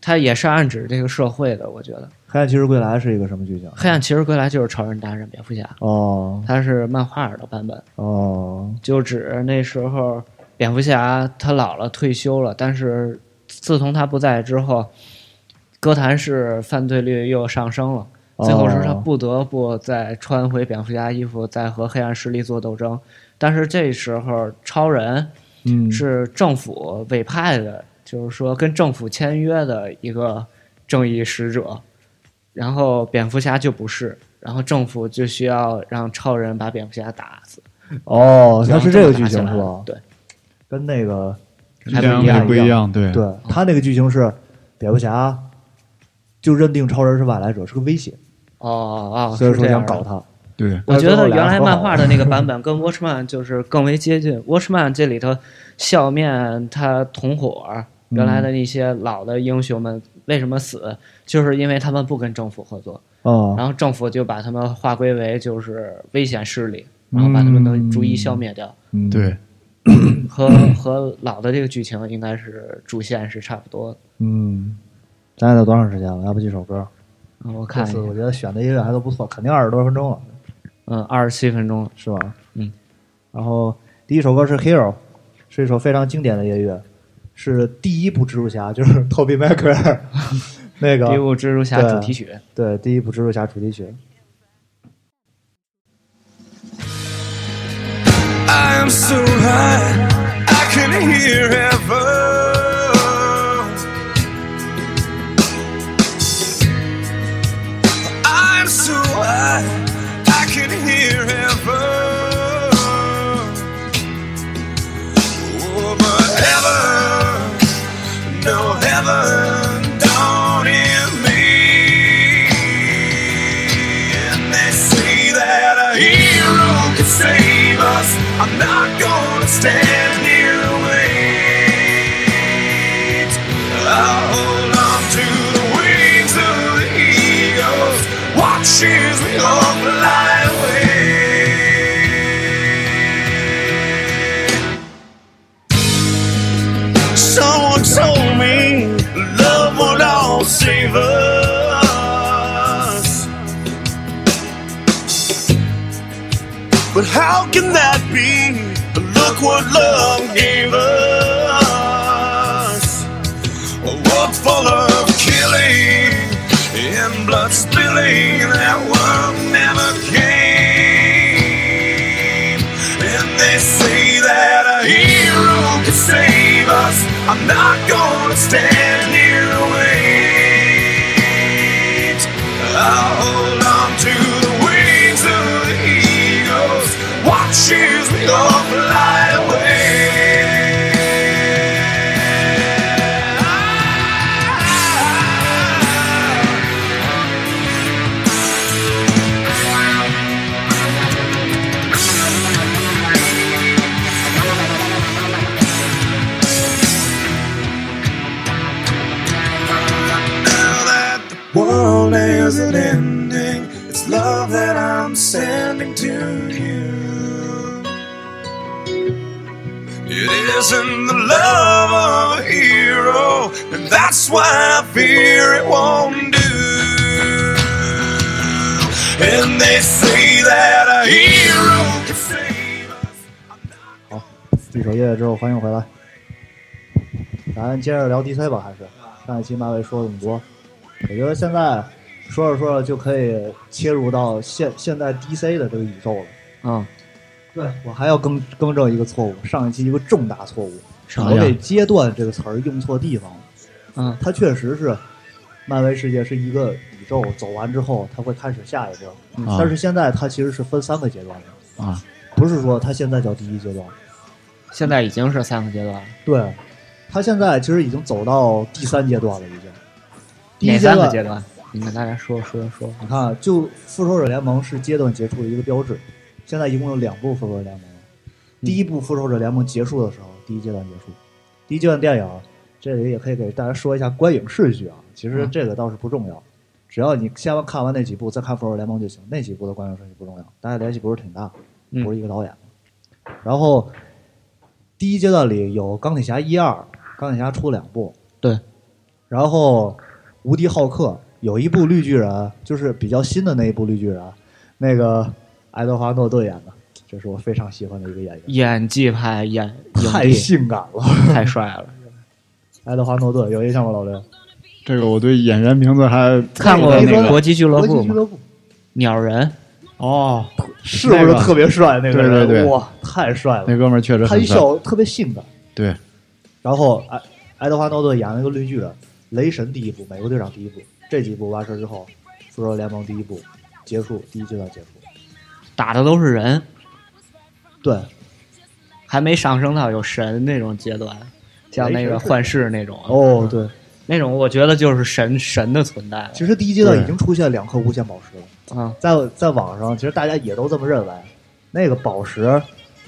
A: 他也是暗指这个社会的。我觉得《
B: 《黑暗骑士归来》是一个什么剧情？
A: 黑暗骑士归来》就是超人大战蝙蝠侠，
B: 哦
A: 它是漫画的版本。
B: 哦，
A: 就指那时候蝙蝠侠他老了退休了，但是自从他不在之后，哥谭市犯罪率又上升了。最后是他
B: 哦
A: 不得不再穿回蝙蝠侠衣服，再和黑暗势力做斗争。但是这时候超人
B: 嗯
A: 是政府委派的，就是说跟政府签约的一个正义使者，然后蝙蝠侠就不是，然后政府就需要让超人把蝙蝠侠打死。
B: 哦，它
A: 然后
B: 是这个
A: 么
B: 剧
A: 打
B: 情
A: 起来
B: 是
A: 了
B: 吧？
A: 对，
B: 跟那个
A: 还不
C: 两
A: 一
C: 个
A: 样嗯
C: 不一样，对
B: 对，他那个剧情是蝙蝠侠就认定超人是外来者，是个威胁，
A: 哦哦，
B: 所以
A: 是
B: 说
A: 这
B: 想
A: 样的
B: 搞。他。
C: 对
A: 我觉
B: 但是
A: 得
B: 最后
A: 原
B: 俩
A: 来
B: 人和好
A: 漫画的那个版本跟 Watchman 就是更为接近。Watchman 这里头，笑面他同伙原
B: 嗯
A: 来的那些老的英雄们为什么死，就是因为他们不跟政府合作，
B: 哦
A: 然后政府就把他们划归为就是危险势力，然后把他们都逐一消灭掉。
B: 嗯，
C: 对，
A: 和和老的这个剧情应该是主线是差不多的。
B: 嗯，咱俩都多长时间了？要不几首歌？
A: 嗯我
B: 这
A: 看一
B: 次
A: 下，
B: 我觉得选的音乐还都不错，肯定二十多分钟了，
A: 嗯，二十七分钟了。
B: 是吧？
A: 嗯。
B: 然后第一首歌是《Hero》，是一首非常经典的音乐，是第一部蜘蛛侠， 就是 Tobey Maguire 那个
A: 第五蜘蛛侠主题曲。
B: 对，第一部《蜘蛛侠》主题曲。
D: I am so high, I can hear heaven. I'm so high, I can hear heaven. Oh, but heaven, no heaven down in me. And they say that a hero can save us. I'm not gonna stand here and wait. I'll hold on to the wings of the eagles. Watch as we all fly away. Someone told me love will all save us. But how can that be? Look what love gave us. A world full of killing and blood spilling that world never came. And they say that a hero can save us. I'm not gonna stand here and wait. I'll hold on to the wings of the eagles. Watch as we all fly away. now that the world is an ending, it's love that I'm sending to you. It isn't the love of a hero, and that's why I fear it won't do. they say that a hero can save us. I'm not
B: 一首音乐之后，欢迎回来。咱接着聊题材吧，还是上一期马伟说了这么多，我觉得现在说着说着就可以切入到现现在 DC 的这个宇宙了。
A: 嗯，
B: 对我还要更更正一个错误，上一期一个重大错误，
A: 啥
B: 我
A: 呀
B: 给“阶段”这个词儿用错地方了。
A: 嗯，
B: 它确实是漫威世界是一个宇宙，走完之后它会开始下一个，
C: 嗯
A: 啊
B: 但是现在它其实是分三个阶段的，
A: 啊，
B: 不是说它现在叫第一阶段，
A: 现在已经是三个阶段了，
B: 对，它现在其实已经走到第三阶段了，已经。第一
A: 哪
B: 阶
A: 三个
B: 段，
A: 阶段？你跟大家说说说，
B: 你看，就复仇者联盟是阶段结束的一个标志。现在一共有两部复仇者联盟，
A: 嗯
B: 第一部复仇者联盟结束的时候，第一阶段结束，第一阶段电影，这里也可以给大家说一下观影顺序啊。其
A: 嗯
B: 实这个倒是不重要，只要你先看完那几部，再看复仇者联盟就行。那几部的观影顺序不重要，大家联系不是挺大，
A: 嗯
B: 不是一个导演。然后第一阶段里有钢铁侠一二，钢铁侠出两部，
A: 对，
B: 然后无敌浩克有一部绿巨人，就是比较新的那一部绿巨人，那个爱德华诺顿演的，这是我非常喜欢的一个演员，
A: 演技派演
B: 太
A: 影帝
B: 性感了。
A: 太帅了，
B: 爱德华诺顿有印象吗？老刘，
C: 这个我对演员名字还
A: 看过
B: 那
A: 《
B: 个
A: 国际俱乐
B: 国
A: 部
B: 际》俱
A: 吗？
B: 乐部
A: 鸟人，
C: 哦，
B: 是不是
C: 那个
B: 特别帅？那个人
C: 对对对
B: 哇，太帅了！
C: 那哥们儿确实
B: 他一
C: 很帅。
B: 笑特别性感。
C: 对，
B: 然后爱爱德华诺顿演了个绿巨人，雷神第一部，美国队长第一部，这几部完事儿之后，复仇者联盟第一部结束，第一阶段结束。
A: 打的都是人，
B: 对，
A: 还没上升到有神那种阶段，像那个幻视那种，
B: 哦，对，
A: 那种我觉得就是神神的存在了。
B: 其实第一阶段已经出现两颗无限宝石了，
A: 啊，
B: 在在网上其实大家也都这么认为，那个宝石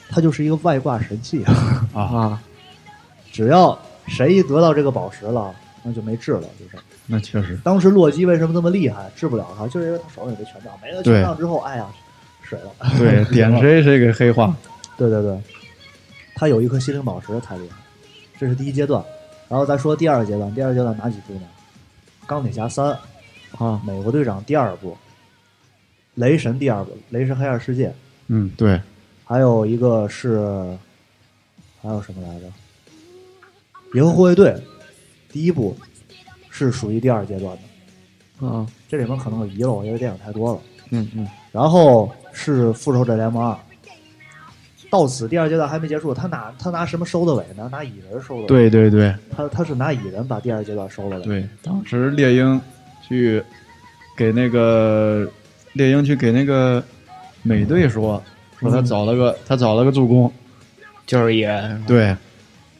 B: 它就是一个外挂神器，
A: 啊，
B: 只要谁一得到这个宝石了，那就没治了，就是。
C: 那确实
B: 当时洛基为什么这么厉害，治不了他，就是因为他手里有个权杖，没了权杖之后，哎呀，水了。
C: 对，点谁谁给黑化。
B: 对对对，他有一颗心灵宝石太厉害，这是第一阶段。然后再说第二阶段，第二阶段哪几部呢？钢铁侠三啊，美国队长第二部，雷神第二部，雷神黑暗世界，
C: 嗯，对，
B: 还有一个是还有什么来着？银河护卫队第一部是属于第二阶段的，
A: 嗯
B: 这里面可能有遗漏，因为电影太多了。
A: 嗯嗯，
B: 然后是复仇者联盟二。到此第二阶段还没结束，他拿他拿什么收的尾呢？拿蚁人收的尾。，
C: 对对对
B: 他他是拿蚁人把第二阶段收了尾。
C: 对，当时猎鹰去给那个猎鹰去给那个美队说说他找了个他找了个助攻，
A: 就是蚁人，
C: 对，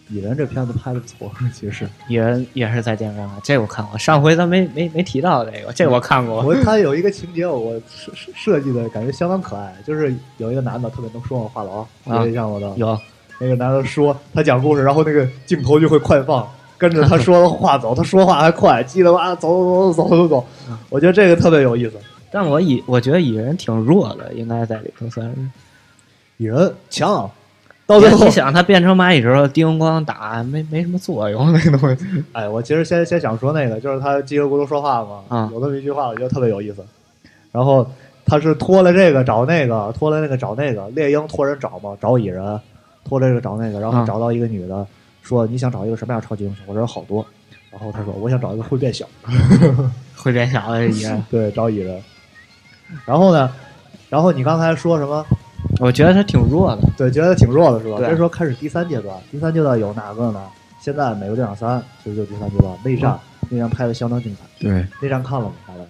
B: 蚁人这片子拍的不错，其实
A: 蚁人也是在健身房，这我看过，上回咱没没没提到这个，这我看过，
B: 我他有一个情节，我设设设计的感觉相当可爱，就是有一个男的特别能说谎话痨，
A: 啊
B: 有印象我的。
A: 有
B: 那个男的说他讲故事，然后那个镜头就会快放，跟着他说的话走，他说话还快，记得吧？走走走走走走走，我觉得这个特别有意思。
A: 但我蚁我觉得蚁人挺弱的，应该在里头算是。
B: 蚁人强，到最后
A: 你想他变成蚂蚁之后，叮咣打没没什么作用， 那个东西。
B: 哎，我其实先先想说那个，就是他叽里咕噜说话嘛，
A: 啊
B: 有那么一句话，我觉得特别有意思。然后他是拖了这个找那个，拖了那个找那个，猎鹰托人找嘛，找蚁人，拖这个找那个，然后
A: 啊
B: 找到一个女的，说你想找一个什么样的超级英雄？我这有好多。然后他说我想找一个会变小，
A: 会变小的蚁人，
B: 对，找蚁人。然后呢，然后你刚才说什么？
A: 我觉得他挺弱的。
B: 对，觉得挺弱的是吧？
A: 对
B: 这时候开始第三阶段，第三阶段有哪个呢？现在《美国队长三》其实就是第三阶段，内战，
A: 嗯
B: 内战拍的相当精彩。
C: 对
B: 内战看了吗？大卫？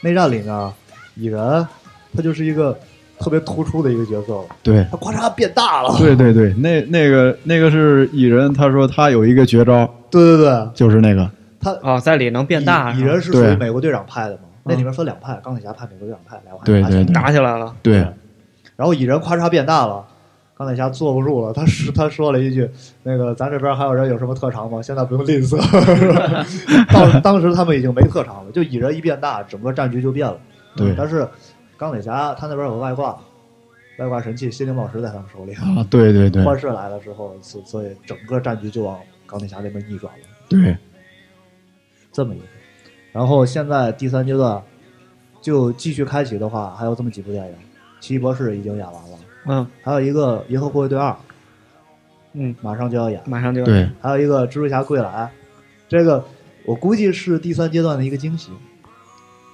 B: 内战里面，蚁人他就是一个特别突出的一个角色，
C: 对
B: 他咔嚓变大了。
C: 对对对，那那个那个是蚁人，他说他有一个绝招，
B: 对对对，
C: 就是那个
B: 他
A: 哦，在里能变大，
B: 蚁蚁
A: 是吧嗯
B: 人是属于
C: 对
B: 美国队长派的嘛？那里面分两派，钢铁侠派、美国队长派，两派
C: 对
B: 打起来
C: 对对
A: 打起来了。
C: 对
B: 然后蚁人咔嚓变大了，钢铁侠坐不住了，他说他说了一句：“那个咱这边还有人有什么特长吗？现在不用吝啬。”当 当时他们已经没特长了，就蚁人一变大，整个战局就变了。
C: 对
B: 但是钢铁侠他那边有个外挂，外挂神器心灵宝石在他们手里，
C: 啊，对对 对
B: 幻视来了之后，所所以整个战局就往钢铁侠这边逆转了。
C: 对
B: 这么一个。然后现在第三阶段，就继续开启的话，还有这么几部电影，《奇异博士》已经演完了，
A: 嗯
B: 还有一个《银河护卫队二》
A: 嗯，
B: 马上就要演，
A: 马上就
E: 对，
B: 还有一个《蜘蛛侠归来》，这个我估计是第三阶段的一个惊喜，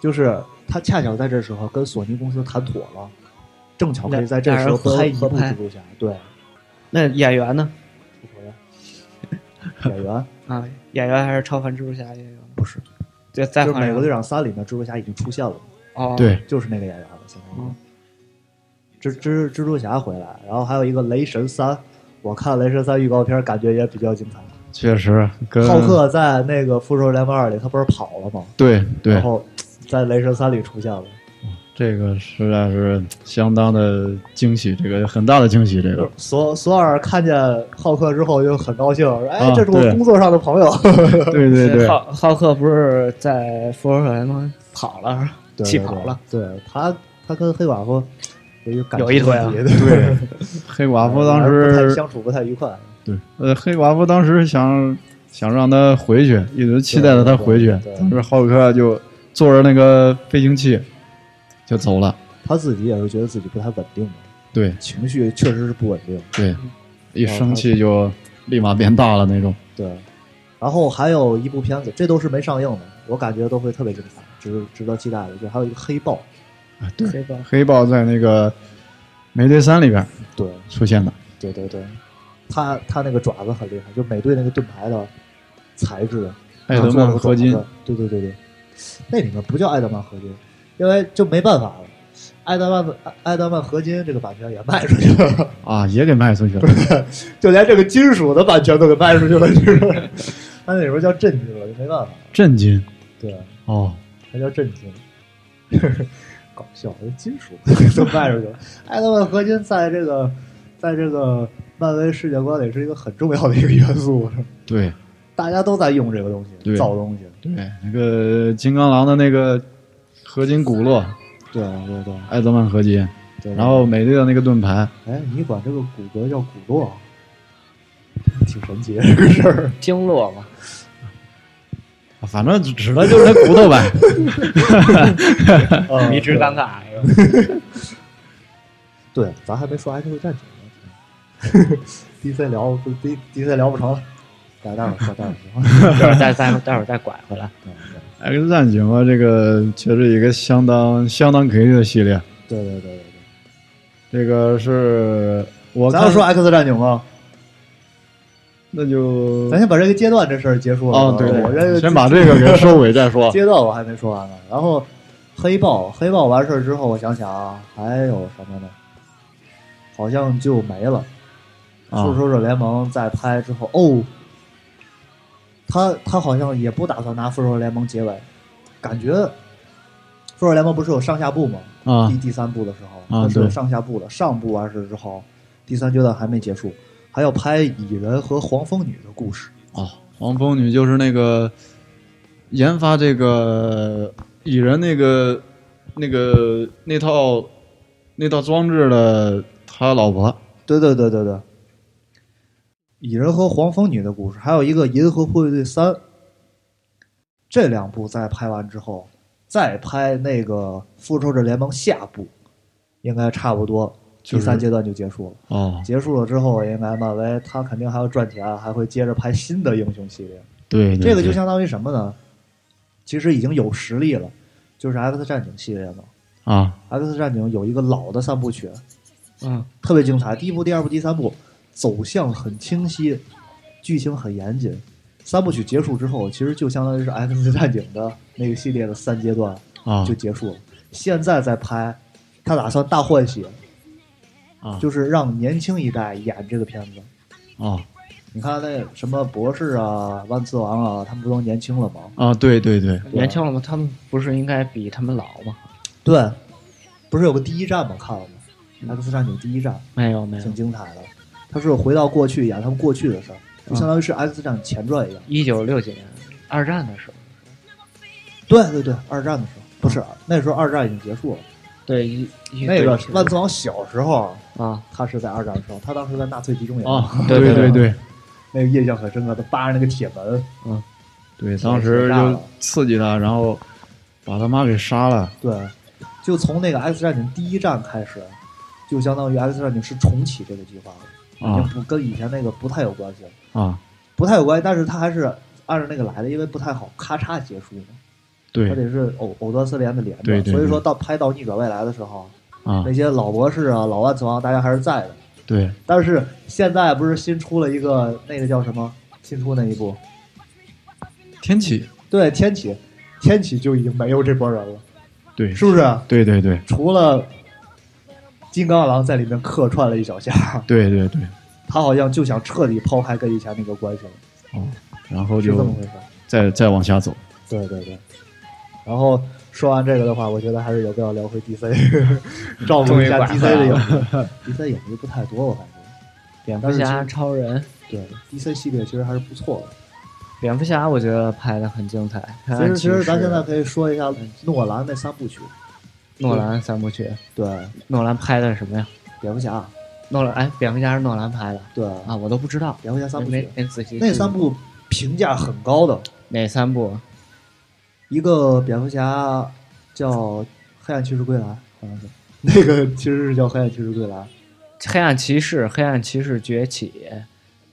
B: 就是他恰巧在这时候跟索尼公司谈妥了，正巧可以在这时候拍一部蜘蛛侠，对，
A: 那演员呢？
B: 不讨厌演员
A: 啊，演员还是超凡蜘蛛侠演员？
B: 不是，
A: 就再
B: 就是《
A: 换
B: 美
A: 人
B: 国队长三》里面蜘蛛侠已经出现了，
A: 哦，
E: 对，
B: 就是那个演员了，现在已经
A: 嗯
B: 蜘蜘蜘蛛侠回来，然后还有一个《雷神三》，我看《雷神三》预告片，感觉也比较精彩。
C: 确实跟
B: 浩克在那个《复仇者联盟二》里，他不是跑了吗？
C: 对对
B: 然，后在《雷神三》里出现了。
C: 这个实在是相当的惊喜，这个很大的惊喜，这 个
B: 索索尔看见浩克之后就很高兴，说：“哎
C: 啊，
B: 这是我
C: 对
B: 工作上的朋 友。
C: 对对对，
A: 浩浩克不是在复仇者联盟跑了是吧？
B: 对”
A: 气跑了，
B: 对对他，他跟黑寡妇有一个感情
A: 有一腿啊
B: 问 题 对，
C: 黑寡妇当
B: 不太
C: 时
B: 相处不太愉快。
C: 对，呃，黑寡妇当时想想让他回去，一直期待着他回去
B: 对对对，
C: 但是浩克就坐着那个飞行器就走了。
B: 他自己也是觉得自己不太稳定嘛，
C: 对
B: 情绪确实是不稳定。
C: 对，一生气就立马变大了那种。
B: 对，然后还有一部片子，这都是没上映的，我感觉都会特别精彩，值值得期待的。就还有一个《黑豹》，
C: 啊对，
A: 黑豹
C: 黑豹在那个《美队三》里边
B: 对
C: 出现的。
B: 对对对，他他那个爪子很厉害，就美队那个盾牌的材质，
C: 艾德曼合金
B: 做了个爪子，对对对对，那里面不叫艾德曼合金，因为就没办法了。艾德曼艾艾德曼合金这个版权也卖出去了，
C: 啊，也给卖出去了。
B: 就连这个金属的版权都给卖出去了，就是他那里边叫震惊了，就没办法。
C: 震惊
B: 对，啊
C: 哦，
B: 它叫震惊， 搞笑，这金属 都卖出去了。艾德曼合金在这个在这个漫威世界观里是一个很重要的一个元素，
C: 对
B: 大家都在用这个东西
C: 对
B: 造东西。
C: 对，那个金刚狼的那个合金骨络，
B: 对啊对对
C: 艾德曼合金，
B: 对。啊
C: 然后美队的那个盾牌，
B: 哎，你管这个骨骼叫骨络，啊挺神奇的这个事 儿。
A: 经络嘛，
C: 反正指的就是那骨头 呗。
B: 啊
A: 迷之尴尬。哎呦
B: 对，对咱还没说《爱国战警》呢。DC 聊不 D DC 聊不成了，待待会儿说，待会 儿说。
A: 待会儿再待待会儿再拐回来。
C: X 战警啊，这个确实一个相当相当可以的系列。
B: 对对对对对。
C: 这个是我
B: 咱
C: 看
B: 要说 X 战警吗？
C: 那就
B: 咱先把这个阶段这事儿结束了。啊
C: 哦，对，
B: 我这个
C: 先把这个给收尾再说。
B: 阶段我还没说完呢。然后黑豹，黑豹完事儿之后，我想想啊，还有什么呢？好像就没了。
C: 啊
B: 复仇者联盟在拍之后，哦，他他好像也不打算拿复仇者联盟结尾，感觉复仇者联盟不是有上下部吗？
C: 啊
B: 第第三部的时候，
C: 啊
B: 它是有
C: 对
B: 上下部的。上部完事之后，第三阶段还没结束，还要拍蚁人和黄蜂女的故事。
C: 哦，黄蜂女就是那个研发这个蚁人那个那个那套那套装置的他老婆。
B: 对对对对对，蚁人和黄蜂女的故事，还有一个《银河护卫队三》，这两部在拍完之后，再拍那个《复仇者联盟》下部，应该差不多第
C: 就是
B: 三阶段就结束了。
C: 哦，
B: 结束了之后，应该漫威他肯定还要赚钱，啊还会接着拍新的英雄系列。
C: 对，对
B: 这个就
C: 嗯对
B: 相当于什么呢？其实已经有实力了，就是 X 战警系列嘛。
C: 啊，
B: X 战警有一个老的三部曲，
A: 嗯，
B: 特别精彩。第一部、第二部、第三部走向很清晰，剧情很严谨。三部曲结束之后，其实就相当于是《X 战警》的那个系列的三阶段
C: 啊
B: 就结束了。现在在拍，他打算大换血，
C: 啊
B: 就是让年轻一代演这个片子。
C: 啊
B: 你看那什么博士啊、万磁王啊，他们不都年轻了吗？
C: 啊，对对对，
A: 年轻了吗？他们不是应该比他们老吗？
B: 对，不是有个第一站吗？看了吗？X 战警第一站
A: 没有没有
B: 挺，精彩的，他是回到过去演他们过去的事儿，就相当于是 X 战警前传一样。
A: 一九六几年二战的时候，
B: 对对对，二战的时候不是那时候二战已经结束了。
A: 对一一
B: 那个
A: 对
B: 万磁王小时候，
A: 啊，
B: 他是在二战的时候，他当时在纳粹集中营，
C: 啊，
A: 对
C: 对
A: 对
C: 对
B: 那个印象很深刻。他扒着那个铁门，
C: 对，当时就刺激他，然后把他妈给杀了。
B: 对，就从那个 X 战警第一站开始，就相当于 X 战警是重启这个计划了，已
C: 啊
B: 经不跟以前那个不太有关系了，
C: 啊，
B: 不太有关系，但是它还是按照那个来的，因为不太好咔嚓结束嘛，它
C: 对
B: 得是藕藕断丝连的连着，
C: 对对对
B: 所以说到拍到逆转未来的时候，
C: 啊
B: 那些老博士啊、老万磁王，大家还是在的。
C: 对
B: 但是现在不是新出了一个那个叫什么？新出那一部，
C: 天启，
B: 对天启，天启就已经没有这波人了，
C: 对
B: 是不是？
C: 对对对
B: 除了金刚狼在里面客串了一小下，
C: 对对对，
B: 他好像就想彻底抛开跟以前那个关系了，
C: 哦，然后
B: 是这么
C: 就
B: 回事。
C: 再再往下走，
B: 对对对。然后说完这个的话，我觉得还是有必要聊回 DC，照顾一下
A: 终于
B: DC 的影 子。DC 影子不太多，我感觉。蝙
A: 蝙
B: 蝠
A: 蝠侠、
B: 侠
A: 超人，
B: 对 DC 系列其实还是不错的。
A: 蝙蝠侠我觉得拍的很精彩。
B: 其实，其实咱现在可以说一下诺兰那三部曲。
A: 诺兰三部曲，
B: 对，
A: 诺兰拍的是什么呀？
B: 蝙蝠侠，
A: 诺兰哎，蝙蝠侠是诺兰拍的
B: 对，
A: 啊，我都不知道。
B: 蝙蝠侠三部
A: 没
B: 曲，
A: 没仔细
B: 那
A: 注意
B: 三部评价很高的。
A: 哪三部？
B: 一个蝙蝠侠叫《黑暗骑士归来》，好
A: 嗯
B: 像是那个其实是叫《黑暗骑士归来》。
A: 黑暗骑士、黑暗骑士崛起，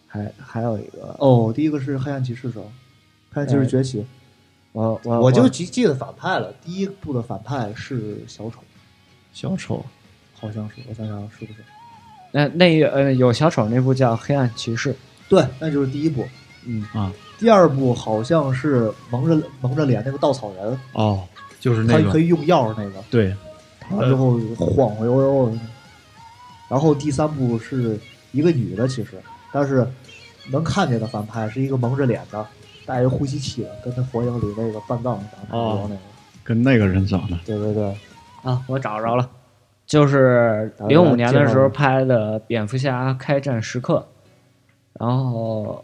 A: 还还有一个，
B: 哦，第一个是《黑暗骑士》手，《黑暗骑士崛起》
A: 我我
B: 我就记记得反派了。第一部的反派是小丑，
C: 小丑
B: 好像是，我想想是不是？
A: 那那呃有小丑那部叫《黑暗骑士》，
B: 对，那就是第一部。
A: 嗯，
C: 啊
B: 第二部好像是蒙着蒙着脸那个稻草人，
C: 哦，就是
B: 他
C: 那
B: 可
C: 个
B: 以用药那个，
C: 对
B: 他最后晃晃悠悠的。然后第三部是一个女的，其实，但是能看见的反派是一个蒙着脸的，带着呼吸器的，跟那火影里那个半藏长得一样那个。
C: 跟那个人长得
B: 对对对，
A: 啊，我找着了，就是零五年的时候拍的《蝙蝠侠：开战时刻》，然后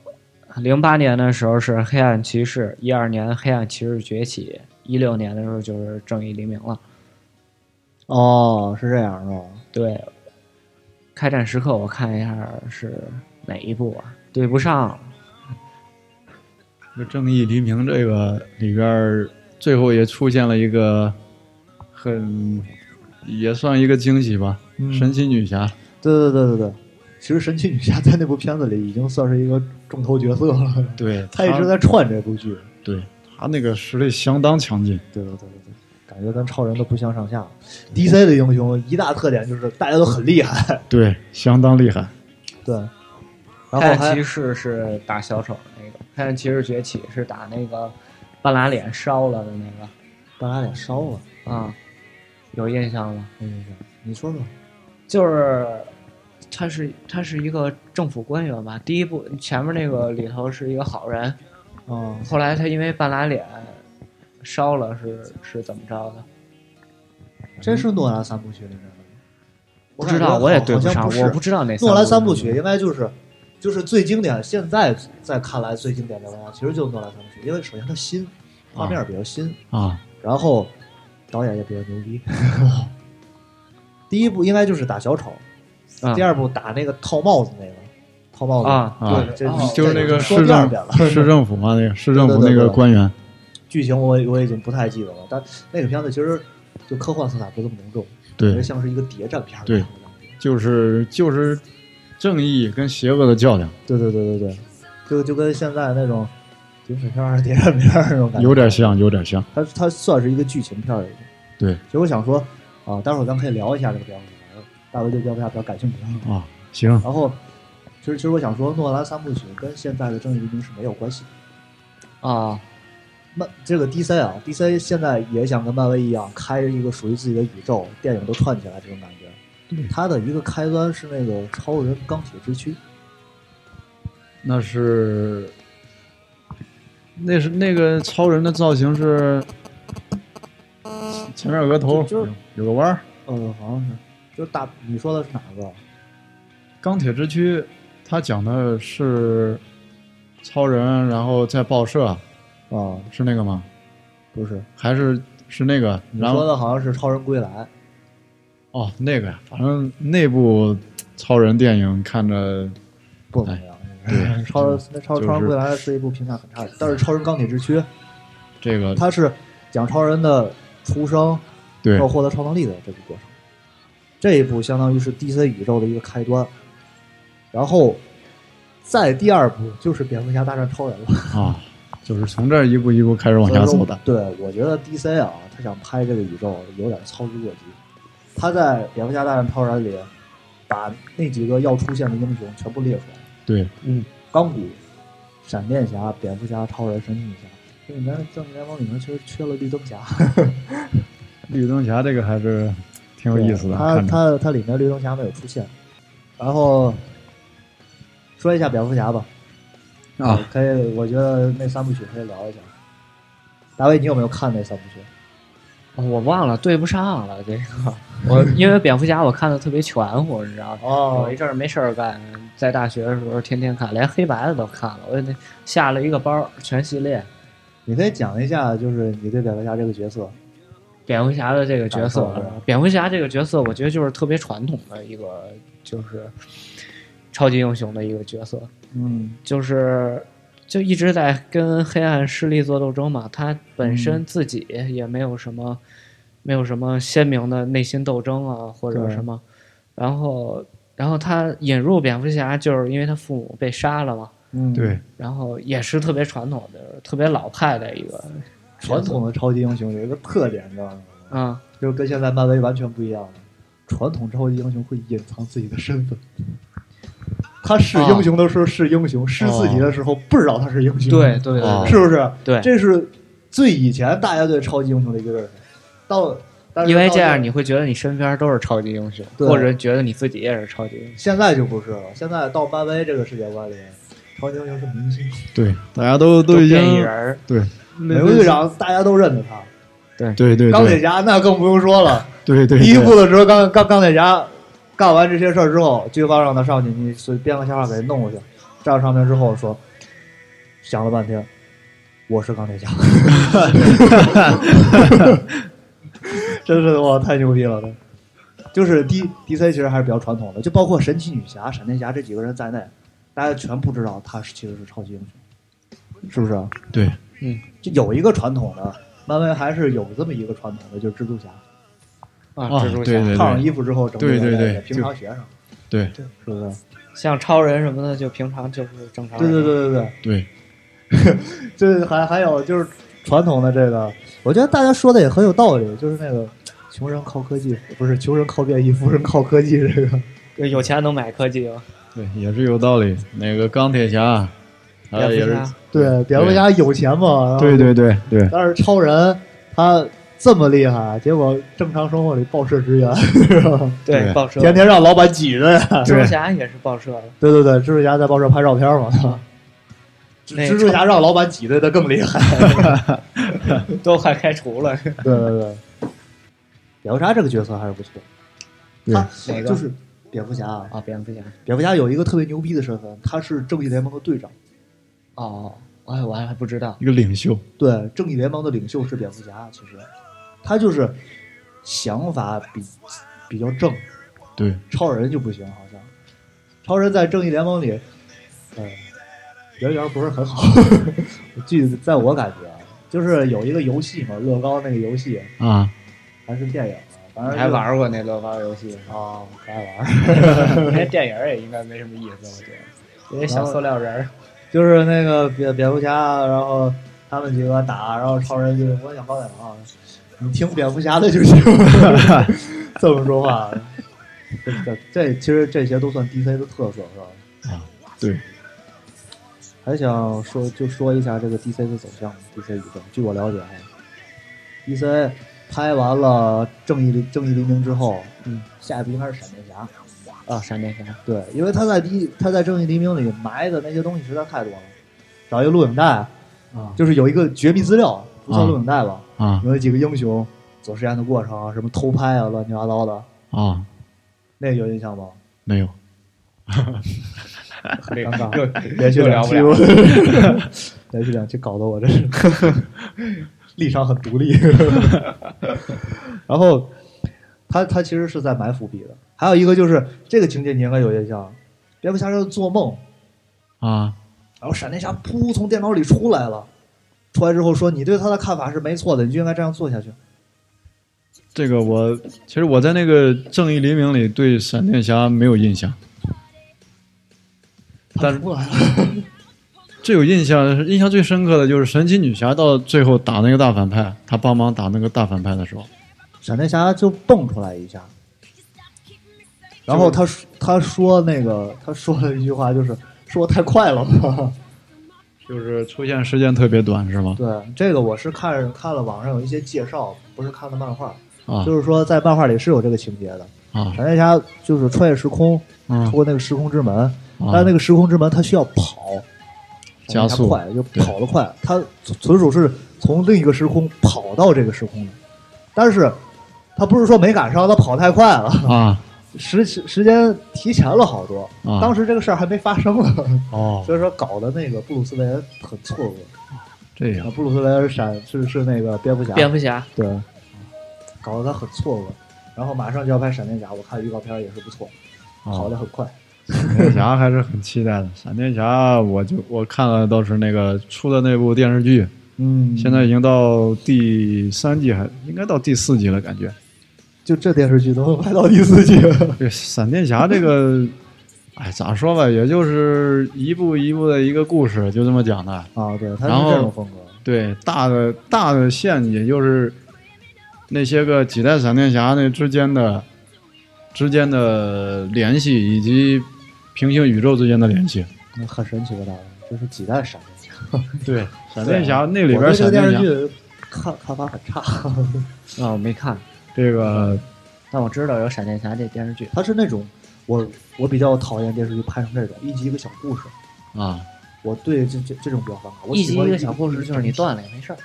A: 零八年的时候是《黑暗骑士》，一二年《黑暗骑士崛起》，一六年的时候就是《正义黎明》了。
B: 哦，是这样是吧？
A: 对，《开战时刻》我看一下是哪一部啊？对不上了，
C: 就《正义黎明》这个里边儿，最后也出现了一个很也算一个惊喜吧，
B: 嗯
C: 神奇女侠。
B: 对对对对对，其实神奇女侠在那部片子里已经算是一个重头角色 了，
C: 对，
B: 她一直在串这部剧。
C: 对她那个实力相当强劲。
B: 对对对对对，感觉跟超人都不相上下。DC 的英雄一大特点就是大家都很厉害，
C: 对，相当厉害。
B: 对。
A: 《
B: 然
A: 黑
B: 后
A: 暗骑
B: 还
A: 士》是打小丑那个，《黑暗骑士崛起》是打那个半拉脸烧了的那个。
B: 把他脸烧了，
A: 啊，有印象吗？
B: 没印象。你说说，
A: 就是他是他是一个政府官员吧。第一部前面那个里头是一个好人，
B: 啊、
A: 后来他因为半拉脸烧了是，是怎么着的？
B: 真是诺兰三部曲里面的吗？
A: 不知道，我也对
B: 不
A: 上，
B: 是
A: 我不知道哪
B: 诺兰三
A: 部
B: 部曲应该就是就是最经典，现在在看来最经典的诺兰，其实就是诺兰三部曲，因为首先它新，画面比较新，
C: 啊，
B: 然后导演也比较牛逼。第一部应该就是打小丑，
A: 啊
B: 第二部打那个套帽子那个套帽子
A: 啊
C: 啊
B: 对，这
A: 哦
C: 就是那个
B: 说
C: 市
B: 第二遍了。
C: 政 市政府嘛，那个市政府
B: 对对对
C: 那个
B: 对
C: 官员。
B: 剧情我我已经不太记得了，但那个片子其实就科幻色彩不这么浓重，感觉
C: 对，
B: 像是一个谍战片儿。
C: 对就是就是正义跟邪恶的较量，
B: 对对对对对，就就跟现在那种警匪片儿、谍战片儿那种感觉
C: 有点像，有点像。
B: 它它算是一个剧情片儿了已经。
C: 对
B: 其实我想说啊，待会儿咱可以聊一下这个蝙蝠侠，大卫对蝙蝠侠比较感兴趣。
C: 啊，行，
B: 然后，其实其实我想说，诺兰三部曲跟现在的《正义黎明》是没有关系的。
A: 啊
B: 漫这个 DC 啊，DC 现在也想跟漫威一样，开一个属于自己的宇宙，电影都串起来这种感觉。它的一个开端是那个超人钢铁之躯，
C: 那是那是那个超人的造型是前面有个头，
B: 就是
C: 有个弯儿。
B: 呃，好像是，就是大你说的是哪个？
C: 钢铁之躯，它讲的是超人，然后再报社，
B: 啊，
C: 是那个吗？
B: 不是，
C: 还是是那个？
B: 你
C: 然
B: 说
C: 后
B: 的好像是《超人归来》。
C: 哦，那个呀，反正那部超人电影看着
B: 不怎么样。对， 超人那超
C: 哎就是嗯
B: 超人归来是一部评价很差的，但是《超人钢铁之躯》
C: 这个
B: 它是讲超人的出生，
C: 对
B: 到获得超能力的这个过程。这一部相当于是 DC 宇宙的一个开端，然后在第二部就是蝙蝠侠大战超人了。
C: 啊，就是从这儿一步一步开始往下
B: 所以
C: 走的。
B: 说对，我觉得 DC 啊，他想拍这个宇宙有点操之过急。他在《蝙蝠侠大战超人》里，把那几个要出现的英雄全部列出来：
C: 对，
A: 嗯，
B: 钢骨、闪电侠、蝙蝠侠、超人、神奇女侠。就你在正义联盟里面缺缺了绿灯侠，
C: 绿灯侠这个还是挺有意思的，
B: 他
C: 看
B: 他
C: 着
B: 他里面绿灯侠没有出现。然后说一下蝙蝠侠吧，
C: 啊，
B: 可以，我觉得那三部曲可以聊一下。大卫，你有没有看那三部曲？
A: 我忘了对不上了这个， 我因为蝙蝠侠我看的特别全乎，你知道吗？
B: 哦
A: 有一阵儿没事儿干，在大学的时候天天看，连黑白的都看了，我那下了一个包儿全系列。
B: 你可以讲一下，就是你对蝙蝠侠这个角色，
A: 蝙蝠侠的这个角色
B: 感受是吧，
A: 蝙蝠侠这个角色，我觉得就是特别传统的一个，就是超级英雄的一个角色，
B: 嗯，
A: 就是就一直在跟黑暗势力做斗争嘛。他本身
B: 嗯
A: 自己也没有什么、没有什么鲜明的内心斗争啊，或者
B: 对
A: 什么。然后，然后他引入蝙蝠侠，就是因为他父母被杀了嘛。
B: 嗯，
C: 对，
A: 然后也是特别传统的、特别老派的一个
B: 传统的超级英雄有一个特点，你知道吗？
A: 啊、
B: 就是跟现在漫威完全不一样的。传统超级英雄会隐藏自己的身份，他是英雄的时候是英雄，是自己的时候不知道他是英雄，
A: 哦对对对
C: 哦
A: 对
B: 是不是？
A: 对
B: 这是最以前大家对超级英雄的一个认识。到但是
A: 因为
B: 到
A: 这样你会觉得你身边都是超级英雄，
B: 对
A: 或者觉得你自己也是超级英雄。
B: 现在就不是了，现在到漫威这个世界观里，超级英雄是明星，
C: 对，大家都都已经
A: 变异人儿，
C: 对，
B: 美国队长大家都认得他，
C: 对对
B: 钢铁
C: 对
B: 侠那更不用说了。
C: 对对，
B: 第一部的时候，钢钢钢铁侠干完这些事儿之后，军方让他上去，你随编个笑话给他弄过去。站上面之后说，想了半天，我是钢铁侠， 真是的哇，太牛逼了！就是 D D C 其实还是比较传统的，就包括神奇女侠、闪电侠这几个人在内，大家全不知道他是其实是超级英雄，是不是啊？
C: 对
B: 就有一个传统的，漫威还是有这么一个传统的，就是蜘蛛侠。
A: 啊，
C: 啊
A: 蜘蛛侠，
C: 对对
B: 套上衣服之后整
C: 对对
B: 个
C: 对
B: 平常学生，
C: 对
B: 是不是？
A: 像超人什么的，就平常就是正常
B: 对
A: 人。
B: 对对对对，
C: 对，
B: 这还还有就是传统的这个，我觉得大家说的也很有道理，就是那个穷人靠科技，不是穷人靠变异，富人靠科技这个。
A: 对，有钱能买科技吗？
C: 对，也是有道理。那个钢铁侠，
A: 蝙蝠
C: 他呃也是，
A: 侠
B: 对，蝙蝠侠有钱嘛，然后
C: 对对对对，
B: 但是超人他这么厉害，结果正常生活里报社支援，是吧
A: 对，
C: 对
A: 报社，
B: 天天让老板挤着呀。
A: 蜘蛛侠也是报社的。
B: 对对对，蜘蛛侠在报社拍照片嘛。
A: 那
B: 蜘蛛侠让老板挤兑的更厉害。
A: 都快开除了，
B: 对对对，蝙蝠侠这个角色还是不错。
C: 对
B: 他
A: 哪个
B: 就是蝙蝠侠啊，
A: 啊，蝙蝠侠
B: 蝙蝠侠有一个特别牛逼的身份，他是正义联盟的队长。
A: 哦，我还我还不知道
C: 一个领袖，
B: 对，正义联盟的领袖是蝙蝠侠，啊其实他就是想法比比较正，
C: 对
B: 超人就不行，好像超人在正义联盟里，呃，人缘不是很好。 我记得在我感觉啊，就是有一个游戏嘛，乐高那个游戏
C: 啊，
B: 还是电影啊，反正
A: 你
B: 就？
A: 还玩过那乐高游戏
B: 啊，不爱玩。
A: 那电影也应该没什么意思，我觉得。有些小塑料人儿，
B: 就是那个蝙蝙蝠侠，然后他们几个打，然后超人就我想钢铁侠，你听蝙蝠侠的就行，这么说 话。这这这其实这些都算 DC 的特色，是吧？
C: 对，
B: 还想说就说一下这个 DC 的走向，DC 宇宙。据我了解哈，DC 拍完了《正义的正义黎明》之后，
A: 嗯，
B: 下一部应该是闪电侠。
A: 啊，闪电侠，
B: 对，因为他在第他在《正义黎明》里埋的那些东西实在太多了，找一个录影带，
A: 啊，
B: 就是有一个绝密资料，不算
C: 啊
B: 录影带吧，
C: 啊
B: 有几个英雄做实验的过程啊，什么偷拍啊，乱七八糟的，
C: 啊，
B: 那个有印象吗？
C: 没有，
B: 尴尬，
A: 又
B: 连续
A: 又
B: 两
A: 聊不
B: 期
A: 了。
B: 我， 连续两期搞得我真是立场很独立。 然后他他其实是在埋伏笔的，还有一个就是这个情节你应该有印象，蝙蝠侠是做梦，
C: 啊
B: 然后闪电侠噗从电脑里出来了，出来之后说你对他的看法是没错的，你就应该这样做下去。
C: 这个我其实我在那个《正义黎明》里对闪电侠没有印象，但是
E: 不来了。
C: 最有印象、印象最深刻的就是神奇女侠到最后打那个大反派，她帮忙打那个大反派的时候，
B: 闪电侠就蹦出来一下，然后他说他说那个他说了一句话，就是是我太快了吗？
C: 就是出现时间特别短，是吗？
B: 对，这个我是看看了网上有一些介绍，不是看的漫画，
C: 啊
B: 就是说在漫画里是有这个情节的。
C: 啊
B: 闪电侠就是穿越时空，
C: 嗯
B: 通过那个时空之门，但是那
C: 啊！
B: 个时空之门它需要跑，
C: 加速
B: 闪电侠快就跑得快，它纯属是从另一个时空跑到这个时空的，但是他不是说没赶上，他跑太快了，
C: 啊
B: 时时间提前了好多，
C: 啊！
B: 当时这个事儿还没发生呢，
C: 哦，
B: 所以说搞得那个布鲁斯韦恩很错愕，
C: 这样
B: 啊布鲁斯韦恩闪是是那个蝙蝠侠，
A: 蝙蝠侠
B: 对，搞得他很错愕，然后马上就要拍闪电侠，我看预告片也是不错，跑
C: 哦
B: 得很快，
C: 闪电侠还是很期待的。闪电侠，我就我看了倒是那个出的那部电视剧，
B: 嗯
C: 现在已经到第三季还应该到第四季了，感觉。
B: 就这电视剧都能拍到第四季了。
C: 这闪电侠这个，哎，咋说吧，也就是一步一步的一个故事，就这么讲的。
B: 啊，对，他
C: 然
B: 是
C: 后
B: 这种风格。
C: 对，大的大的线，也就是那些个几代闪电侠那之间的之间的联系，以及平行宇宙之间的联系。
B: 那嗯很神奇的大佬，这是几代闪电侠。
C: 对， 闪电侠那里
B: 我对
C: 边
B: 这个
C: 闪
B: 电
C: 电侠
B: 视剧看看法很差，
A: 啊，我没看，
C: 这个
A: 但我知道有闪电侠这电视剧。
B: 他是那种我我比较讨厌电视剧拍成这种一集一个小故事，
C: 啊，
B: 我对这这这种比较反感。我
A: 一集
B: 喜欢
A: 一个小故事，就是你断了也没事儿，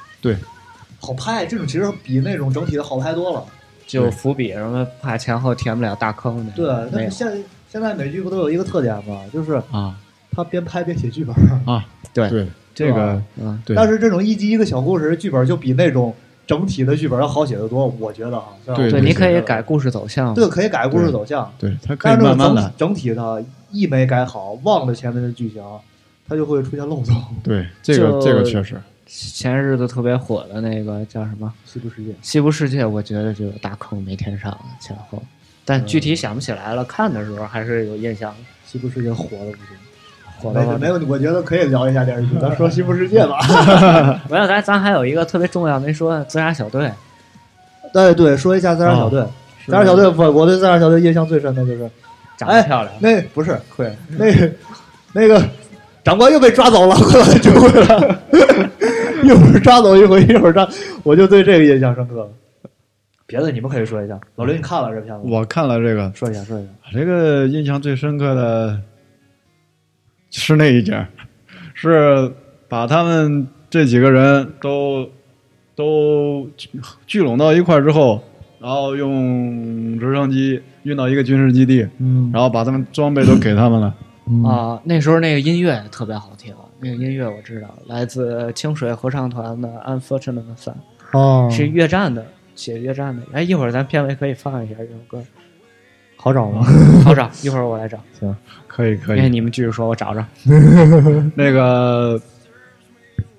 B: 好拍，这种其实比那种整体的好拍多了。
A: 就伏笔什么，怕前后填不了大坑的。
B: 对，
A: 没
B: 但
A: 有
B: 是现现在美剧不都有一个特点吗？就是
C: 啊
B: 他边拍边写剧本，
C: 啊，
A: 对
C: 对，这个
A: 嗯，
C: 对
B: 但是这种一集一个小故事剧本就比那种整体的剧本要好写得多，我觉得哈。虽然我
C: 对
A: 对，
B: 不
A: 你
B: 是
A: 可
B: 写
A: 以
B: 的
A: 改故事走向。
B: 对，可以改故事走向。
C: 对，它可
B: 但
C: 以
B: 是这
C: 慢
B: 个
C: 慢
B: 整
C: 来，
B: 整体的一没改好，忘了前面的剧情，它就会出现漏洞。
C: 对，这个
A: 就
C: 这个确实，
A: 前日子特别火的那个叫什么
B: 西部世界
A: 《西部世界》，我觉得就有大坑没填上前后，
B: 嗯
A: 但具体想不起来了。看的时候还是有印象的。
B: 西部世界火的不行，
A: 火
B: 没
A: 了吧
B: 没有，我觉得可以聊一下电视剧，咱说西部世 界吧。
A: 没有，咱咱还有一个特别重要没说，《自杀小队》
B: 对对，说一下自杀小
C: 啊
B: 队。自杀小队，我我对自杀小队印象最深的就是
A: 长
B: 哎
A: 得漂亮，
B: 那不是亏那个那个长官又被抓走了，快把他救回来。 一会儿抓走一回，一会儿抓，我就对这个印象深刻了。别的你们可以说一下，老刘，你看了这片子吗？
C: 我看了这个，
B: 说一下，说一下。
C: 这个印象最深刻的是那一点，是把他们这几个人都都聚拢到一块儿之后，然后用直升机运到一个军事基地，
B: 嗯
C: 然后把他们装备都给他们了。
A: 啊，那时候那个音乐特别好听，那个音乐我知道，来自清水合唱团的《Unfortunate Son
B: 哦》，
C: 嗯
A: 是越战的，写越战的。哎，一会儿咱片尾可以放一下这首 歌，
B: 好找吗？
A: 好找，一会儿我来找。
C: 可以可
A: 因为
C: 以，
A: 你们继续说，我找找。
C: 那个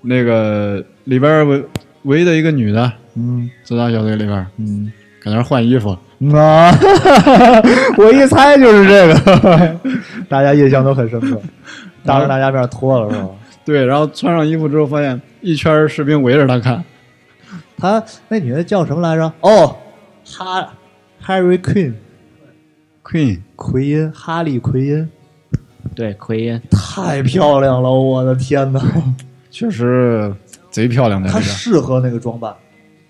C: 那个里边儿唯唯一的一个女的，
B: 嗯
C: 自杀小队里边儿
B: 嗯
C: 搁那儿换衣服，
B: 啊， 我一猜就是这个，大家印象都很深刻。当着大家面脱了是吧？
C: 对，然后穿上衣服之后发现一圈儿士兵围着他看。
B: 她那女的叫什么来着？哦，哈，Harry Queen，
C: Queen
B: 奎因，哈利奎因，
A: 对，奎因
B: 太漂亮了，我的天哪！
C: 确实贼漂亮的这
B: 她
C: 个，
B: 适合那个装扮，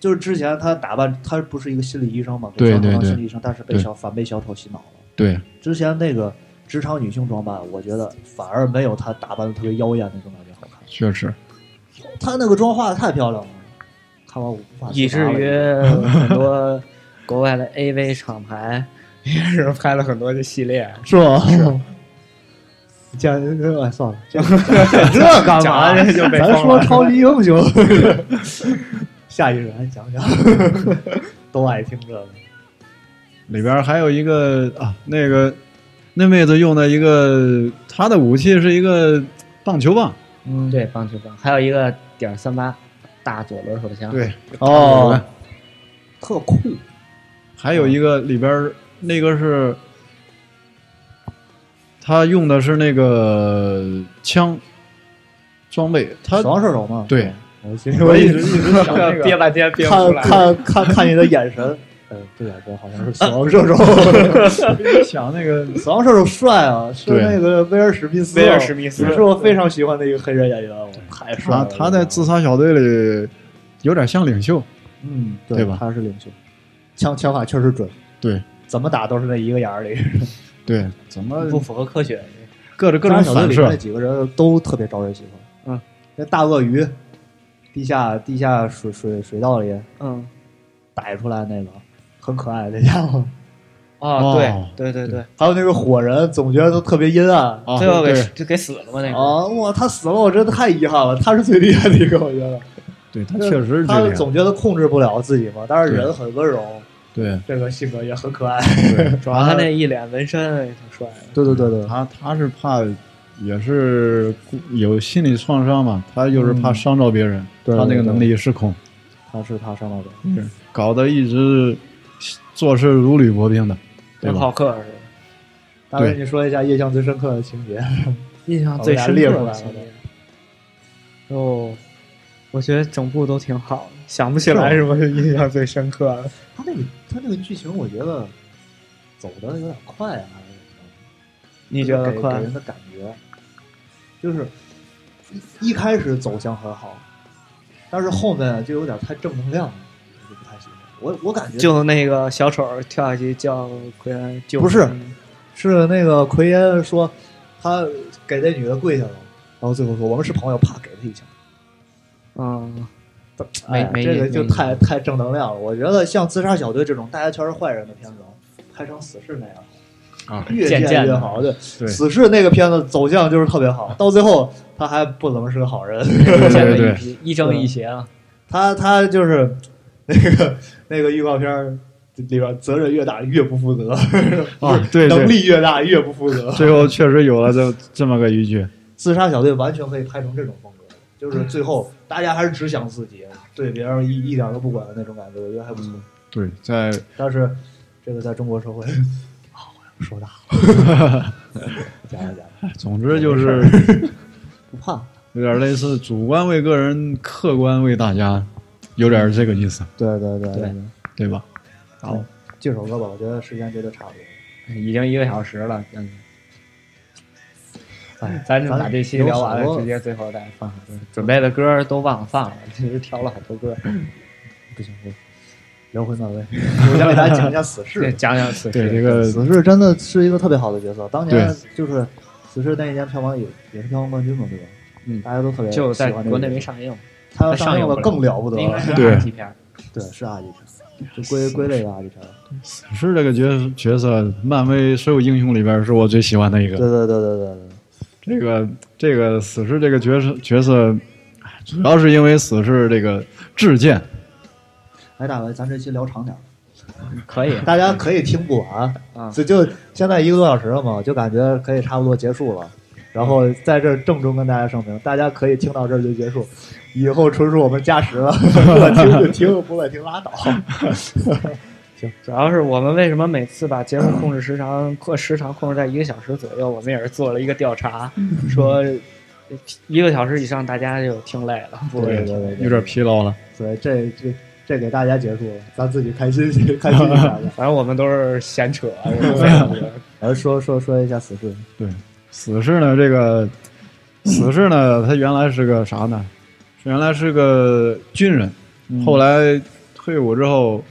B: 就是之前她打扮，她不是一个心理医生嘛，
C: 对
B: 给张
C: 对
B: 成当
C: 对
B: 心理医生，但是被
C: 对
B: 小反被小丑洗脑了。
C: 对
B: 之前那个职场女性装扮，我觉得反而没有她打扮的特别妖艳那种感觉好看。
C: 确实
B: 她那个妆化的太漂亮了，看完我无法自拔了
A: 以至于 很多国外的 AV 厂牌 也是拍了很多的系列。
B: 是吗？是。讲哎 算了，讲这干
A: 讲
B: 嘛？
A: 完这就被封
B: 咱
A: 了
B: 说超级英雄，下一人讲讲， 都爱听这个。
C: 里边还有一个啊，那个那妹子用的一个，她的武器是一个棒球棒，
B: 嗯，
A: 对，棒球棒，还有一个
B: 哦
A: 点三八大左轮手枪。，
C: 对，
B: 哦，特酷，
C: 还有一个里边儿那个是，他用的是那个枪装备，他
B: 双射手嘛。
C: 对，
B: 我其实我一直一直想那
A: 憋
B: 个
A: 半天憋不出
B: 看
A: 来。
B: 看看看你的眼神，呃，不眼神好像是死亡射手，
C: 想 那个
B: 死亡射手帅啊，是
C: 对
B: 那个威尔史密斯啊，
A: 威尔史密斯
B: 是我非常喜欢的一个黑人演员，啊我太帅
C: 他
B: 了。
C: 他在自杀小队里有点像领袖，
B: 嗯，
C: 对吧
B: 他是领袖，枪枪法确实准，
C: 对
B: 怎么打都是那一个眼儿里。
C: 对，怎 么
A: 不符合科学，
C: 各着各
B: 自杀小队
C: 种反
B: 里面
C: 射
B: 那，几个人都特别招人喜欢。
A: 嗯，
B: 那大鳄鱼，地下地下水水水道里
A: 嗯，
B: 逮出来那个，很可爱那家伙。
A: 哦，
C: 哦
A: 对对对对，
B: 还有那个火人，总觉得他特别阴暗。
C: 啊
A: 最后给
C: 对哦
A: 就给死了嘛那个。
B: 啊！哇，他死了，我真的太遗憾了。他是最厉害的一个，我觉得。
C: 对他确实是这
B: 他
C: 样，
B: 总觉得控制不了自己嘛，但是
C: 对
B: 人很温柔，
C: 对
B: 这个性格也很可爱。
C: 对，
A: 主要他那一脸纹身也挺帅的。
B: 对对对对，
C: 他他是怕，也是故有心理创伤嘛，他就是怕伤着别人，
B: 对
C: 他那个能力失控，
B: 他是他上到的。
C: 是搞得一直做事如履薄冰的，对
A: 跟
C: 吧？
A: 浩克似的。
B: 大卫，你说一下印象最深刻的情节？
A: 印象最深刻的情节。哦，我觉得整部都挺好的，想不起来什么印象最深刻的。
B: 他那个他那个剧情，我觉得走的有点快啊，还是怎么着
A: 你觉得
B: 给
A: 快
B: 给？人的感觉就是一一开始走向很好，但是后面就有点太正能量了，我就不太喜欢。我我感 觉
A: 就那个小丑跳下去叫奎恩救，
B: 不是是那个奎爷说他给那女的跪下了，然后最后说我们是朋友，啪给他一枪。
A: 嗯，
B: 哎
A: 没没
B: 这个
A: 没
B: 就
A: 没
B: 太太正能量了。我觉得像《自杀小队》这种大家全是坏人的片子，拍成《死侍》那样，
C: 啊
B: 越
A: 渐渐
B: 见越
A: 的
B: 好。对，
C: 对
B: 死侍》那个片子走向就是特别好，到最后他还不怎么是个好 人，
A: 见了
C: 对对
A: 一批一正一邪啊。
B: 他他就是那个那个预告片儿里边责任越大越不负责，
C: 啊，对
B: 能
C: 对，
B: 力越大越不负 责。
C: 最后确实有了这这么个一句，
B: 自杀小队完全可以拍成这种风格，就是最后大家还是只想自己，对别人一一点都不管的那种感觉，我觉得还不错。
A: 嗯
C: 对，在
B: 但是这个在中国社会，啊，我要说大了， 加油加油，
C: 总之就是
B: 不怕。
C: 有点类似主观为个人，客观为大家，有点这个意思，
B: 对对对
A: 对，
C: 对吧？
A: 好，
B: 这首歌吧，我觉得时间绝对差不多。
A: 哎已经一个小时了，嗯。哎，咱就把这期聊完
B: 有好
A: 了，
B: 多
A: 直接最后再放首歌。准备的歌都忘了放了，其实挑了好多 歌。
B: 不行，我聊回 漫威，我想给大家讲一下死
A: 对
B: 侍。
A: 讲讲此
C: 对
A: 事。
C: 这个
B: 死侍真的是一个特别好的角色，当年
C: 对
B: 就是死侍那一年票房也也是票房冠军嘛，对吧？
A: 嗯
B: 大家都特别
A: 就
B: 喜
A: 在
B: 欢这
A: 国
B: 个
A: 内
B: 角
A: 没
B: 色，
A: 上映，
B: 他要
A: 它上
B: 映
A: 映
B: 了
A: 不了
B: 更了不得
A: 应该
B: 了。
A: 是
C: 对
A: R 级片儿。
B: 对，是阿里片，就归归类为阿里片。
C: 死侍这个角角色，漫威所有英雄里边是我最喜欢的一个
B: 对。对对对对对。
C: 这个这个死侍这个角色角色，哎主要是因为死侍这个智见，
B: 哎，大伟，咱这期聊长点儿。
A: 可以，
B: 大家可以听不完
A: 啊
B: 所以就现在一个多小时了嘛，就感觉可以差不多结束了。然后在这儿郑重跟大家声明，大家可以听到这儿就结束，以后纯属我们加时了， 乐听就听，不乐听拉倒。
A: 主要是我们为什么每次把节目控制时长控时长控制在一个小时左右？我们也是做了一个调查，说一个小时以上大家就听累了，不
B: 对
A: 如
B: 对对对
C: 有点疲劳了。
B: 所以这这这给大家结束了，咱自己开心 去，开心一下吧。
A: 反正我们都是闲扯。我们没有别的
B: 呃，说说说一下死侍，
C: 对，死侍呢，这个死侍呢，他原来是个啥呢？原来是个军人，后来退伍之后，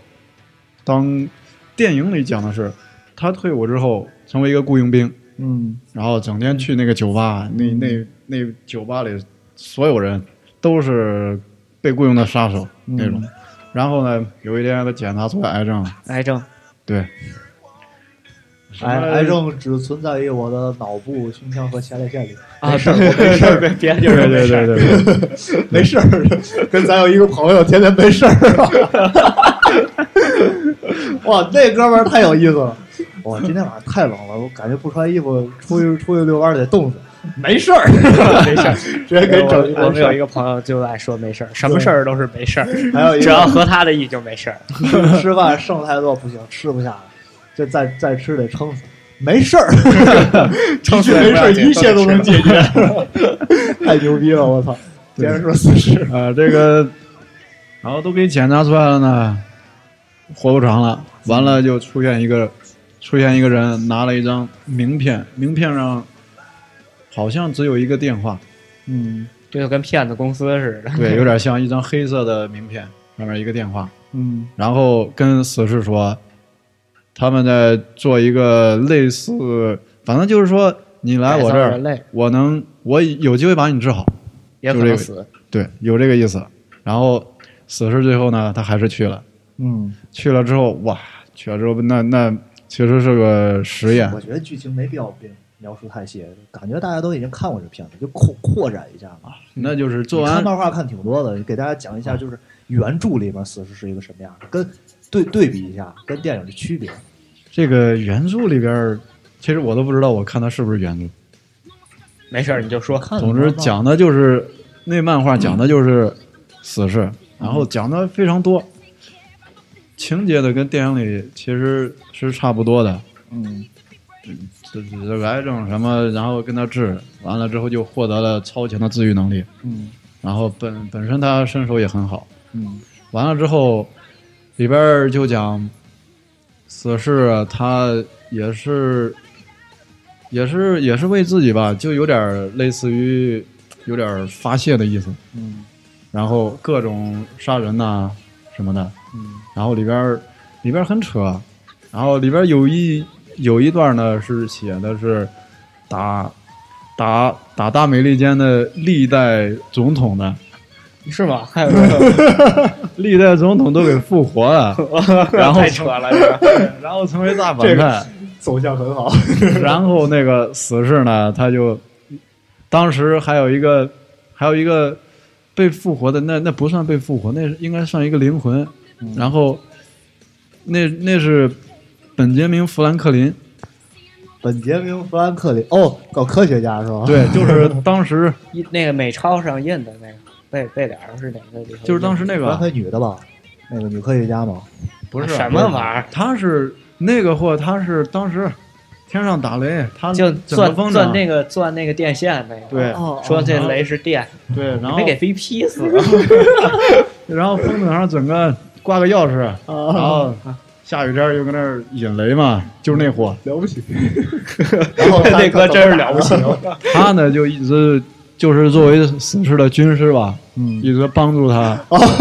C: 当电影里讲的是，他退伍之后成为一个雇佣兵，
B: 嗯，
C: 然后整天去那个酒吧，那那那酒吧里所有人都是被雇佣的杀手那种。然后呢，有一天他检查出来癌症了，
A: 癌症，
C: 对，
B: 癌癌症只存在于我的脑部、胸腔和前列腺里，
A: 啊，对，没事儿，别别
C: 对对对对对。
B: 没事儿，跟咱有一个朋友天天没事儿。哇，那哥们儿太有意思了！哇，今天晚上太冷了，我感觉不穿衣服出去出去遛弯儿得冻死。
E: 没事儿，
A: 没事儿，直
E: 接给整一
A: 我。
E: 没
A: 我们
E: 事
A: 有
E: 儿
A: 一个朋友就爱说没事儿，什么事儿都是没事儿，
B: 还有一
A: 只
B: 个
A: 要合他的意就没事儿。
B: 吃饭剩太多不行，吃不下了，这再再吃得撑死。没事 儿，
A: 撑死
B: 一句
A: 也
B: 没事
A: 不要
B: 儿，
A: 紧
B: 一切都能解决， 太牛逼了！我操，接
C: 对
B: 着说四十，
C: 啊，这个，然后都给检查出来了呢，活不长了。完了就出现一个，出现一个人拿了一张名片，名片上好像只有一个电话，
B: 嗯
A: 这就跟骗子公司似的。
C: 对，有点像一张黑色的名片，上面一个电话。
B: 嗯
C: 然后跟死士说，他们在做一个类似，反正就是说你来我这
A: 改造人类
C: 儿，我能我有机会把你治好，
A: 也可能死。
C: 对，有这个意思。然后死士最后呢，他还是去了，
B: 嗯，
C: 去了之后，哇，去了之后那那确实是个实验
B: 我，觉得剧情没必要别描述太细，感觉大家都已经看过这片子，就扩扩展一下嘛。
C: 那啊就是啊做
B: 你看
C: 完
B: 漫画看挺多的，给大家讲一下，就是原著里边死侍是一个什么样的，跟对对比一下，跟电影的区别。
C: 这个原著里边儿，其实我都不知道我看它是不是原著。
A: 没事儿，你就说。
C: 总之讲的就是那漫画讲的就是死侍，
B: 嗯
C: 然后讲的非常多，情节的跟电影里其实是差不多的。
B: 嗯
C: 这这这癌症什么，然后跟他治完了之后就获得了超强的自愈能力，
B: 嗯
C: 然后本本身他身手也很好。
B: 嗯
C: 完了之后，里边儿就讲死侍他也是也是也是为自己吧，就有点儿类似于有点儿发泄的意思。
B: 嗯
C: 然后各种杀人呐、什么的，
B: 嗯
C: 然后里边儿里边儿很扯，然后里边儿有一有一段呢是写的是打打打大美利坚的历代总统的，
A: 是吗？还有这个，
C: 历代总统都给复活了， 然后
A: 太扯了， 这个
C: 然后成为大反派，
B: 走向很好。
C: 然后那个死士呢，他就当时还有一个还有一个被复活的，那那不算被复活，那应该算一个灵魂。
A: 嗯
C: 然后那那是本杰明·富兰克林，
B: 本杰明·富兰克林，哦，搞科学家是
A: 啊
B: 吧？，
C: 对，就是当时
A: 一那个美超上印的那个背背脸儿是哪个里头印的？
C: 就是当时那
B: 富兰克
C: 个
B: 林女的吧，那个女科学家嘛。
C: 不是
A: 什么玩意儿，
C: 他是那个货，他是当时天上打雷，他
A: 就
C: 整个
A: 钻
C: 风筝
A: 钻那个钻那个电线那个。
C: 啊对哦
B: 哦
A: 说这雷是电，
C: 对，然后
A: 没给飞劈死。
C: 然后风筝上整个挂个钥匙，
B: 啊
A: 啊
C: 然后下雨天儿又搁那儿引雷嘛，就是那货。
B: 了不起。 然后
A: 那哥真是了不
B: 起。
C: 他呢就一直就是作为死士的军师吧，
B: 嗯哦
C: 一直帮助他，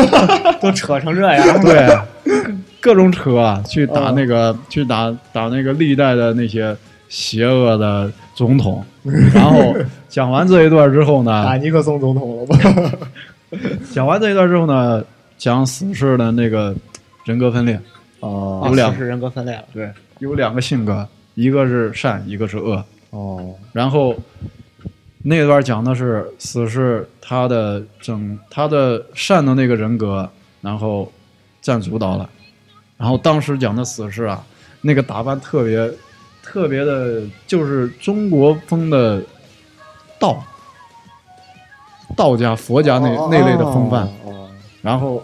A: 都扯成这样，
C: 对， 各种扯啊去
B: 哦
C: 打那个、去打打那个历代的那些邪恶的总 统。然后讲完这一段之后
B: 打
C: 呢，
B: 尼克松总统了吧？
C: 讲完这一段之后呢，讲死士的那个人格分裂，
B: 哦
C: 有两
A: 啊是人格分裂了。
C: 对，有两个性格，一个是善，一个是恶。
B: 哦，
C: 然后那段讲的是死侍他的整他的善的那个人格，然后占主导了。然后当时讲的死侍啊，那个打扮特别特别的，就是中国风的道道家、佛啊家那、
A: 哦
C: 那类的风范。
B: 哦。
C: 然后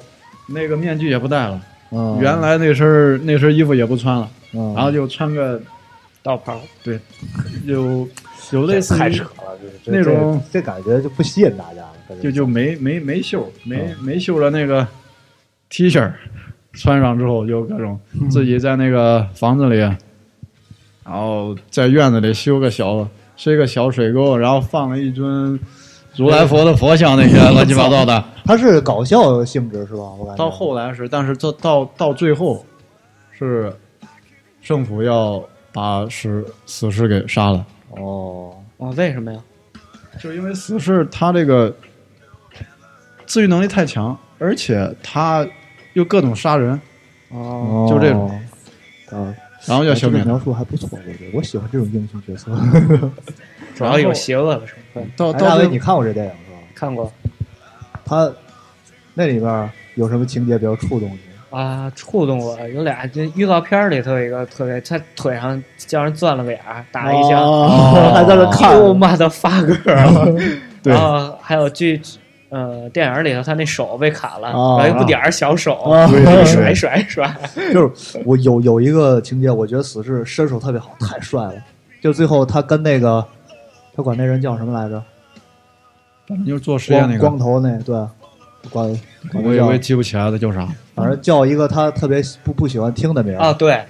C: 那个面具也不戴了，
B: 哦
C: 原，来那身儿那身衣服也不穿了，
A: 哦
B: 嗯
C: 然后就穿个
A: 道袍
C: 对，有有类似于
A: 太扯
B: 了，这这
C: 那种
B: 这感觉就不吸引大家了，感觉
C: 就就没没没袖，没
B: 啊
C: 没袖的那个 T 恤儿穿上之后，就各种自己在那个房子里，然后在院子里修个小睡个小水沟，然后放了一尊如来佛的佛像那些乱七八糟的。
B: 它是搞笑性质是吧？我感觉
C: 到后来是，但是到到到最后是政府要把死死士给杀了，
B: 哦，
A: 哦，为什么呀？
C: 就因为死侍他这个自愈能力太强，而且他又各种杀人。
A: 哦，
B: 哦
C: 嗯就这种
B: 啊，
C: 然后要消
B: 这
C: 灭
B: 个
C: 它。
B: 描述还不错，我觉得我喜欢这种英雄角色。
A: 主要有邪恶的成分。
C: 到
B: 哎大
C: 到
B: 卫，
C: 最
B: 你看过这电影是吧？
A: 看过
B: 他那里边有什么情节比较触动你？
A: 啊，触动我。有俩这预告片儿里头有一个特别，他腿上叫人钻了个眼儿，打了一枪，
B: 哦还在那看
A: 我妈的发哥。
B: 对
A: 然后还有剧，呃，电影里头他那手被砍了，
B: 哦
A: 然后一不点儿小手，
B: 哦对对对
A: 甩甩甩。
B: 就是我有有一个情节，我觉得死侍身手特别好，太帅了。就最后他跟那个，他管那人叫什么来着？
C: 就是做实验那
B: 光
C: 个
B: 光，头那对，管管
C: 我
B: 他
C: 也
B: 叫
C: 我也，记不起来他叫啥。
B: 反正叫一个他特别不不喜欢听的名儿
A: 啊，。对，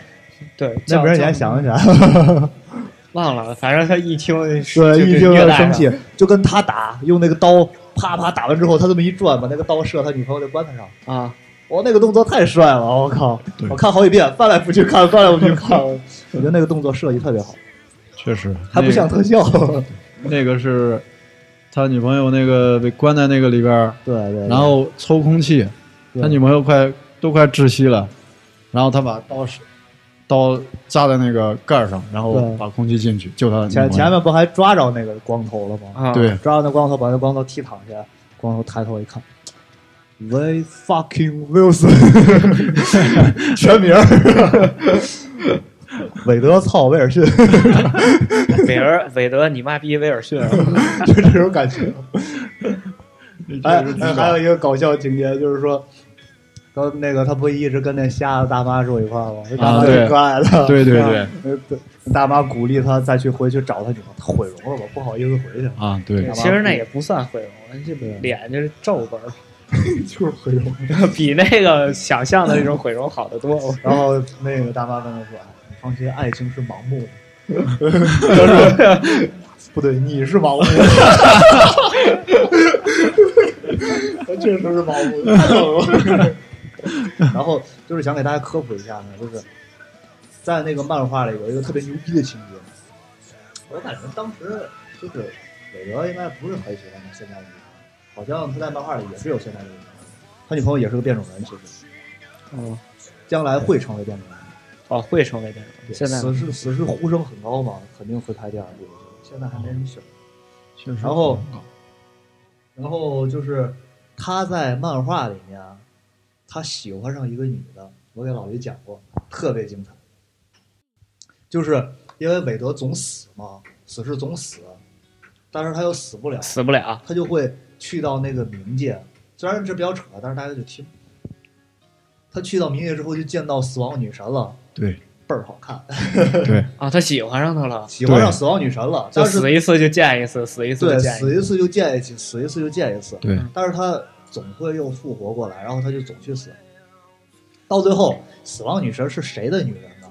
A: 对，
B: 那
A: 叫
B: 名儿你还
A: 叫
B: 想不起来？
A: 忘了，反正他一听就
B: 对，一听
A: 虐
B: 就
A: 待
B: 生
A: 了
B: 气，就跟他打，用那个刀啪啪打完之后，他这么一转，把那个刀射他女朋友的棺材上。
A: 啊。
B: 我、那个动作太帅了，我靠
C: 对！
B: 我看好几遍，翻来覆去看，翻来覆去看。我觉得那个动作设计特别好，
C: 确实，
B: 还不像特效。
C: 那个、那个是他女朋友那个被关在那个里边儿，
B: 对对对，
C: 然后抽空气，
B: 对
C: 他女朋友快都快窒息了，然后他把
B: 哦
C: 刀是刀扎在那个盖儿上，然后
B: 对
C: 把空气进去救他的女
B: 前
C: 朋
B: 前
C: 友。
B: 面不还抓着那个光头了吗？
A: 啊，
C: 对，
B: 抓着那光头，把那光头踢躺下，光头抬头一看。They fucking Wilson，全 名儿韦德操威尔逊，
A: 韦尔韦德，你妈逼威尔 逊啊！
B: 就这种感觉。 哎
C: 这是，
B: 哎还有一个搞笑情节就是说，他那个他不一直跟那瞎子大妈住一块儿吗？这大
C: 啊
B: 妈
C: 对
B: 挺可爱的，
C: 对对对
B: 呃对，大妈鼓励他再去回去找他女朋友，他毁容了吧？不好意思回去，
C: 啊，对
B: 干，嘛
A: 其实那也不算毁容，这
B: 对
A: 脸就是皱纹儿，
B: 就是毁容。
A: 比那个想象的那种毁容好得多。
B: 然后那个大妈跟他说：“哎，你放心，爱情是盲目的。”他说：“不对，你是盲目的。”他确实是盲目的太懂了。然后就是想给大家科普一下呢，就是在那个漫画里有一个特别牛逼的情节，我感觉当时就是韦德应该不是很喜欢现在的女朋友，好像他在漫画里也是有现在的女朋友，他女朋友也是个变种人，其实。
A: 嗯，
B: 将来会成为电影人。
A: 哦，会成为这样。现在
B: 死侍死侍呼声很高嘛，肯定会拍第二部。现在还没人选。
C: 确实。
B: 然后然后就是他在漫画里面，啊他喜欢上一个女的，我给老于讲过，特别精彩。就是因为韦德总死嘛，死侍总死，但是他又死不了，
A: 死不了，
B: 他就会去到那个冥界。虽然这比较扯，但是大家就听。他去到冥界之后，就见到死亡女神了，
C: 对
B: 倍儿好看。
C: 对，
A: 啊，他喜欢上他了，
B: 喜欢上死亡女神了，
A: 就
B: 但是
A: 死一次就见一次，死一次
B: 对
A: 就见一
B: 死
A: 次。
B: 一次就见一次，死一次就见一次，
C: 对，
B: 但是他总会又复活过来，然后他就总去死，到最后死亡女神是谁的女人呢？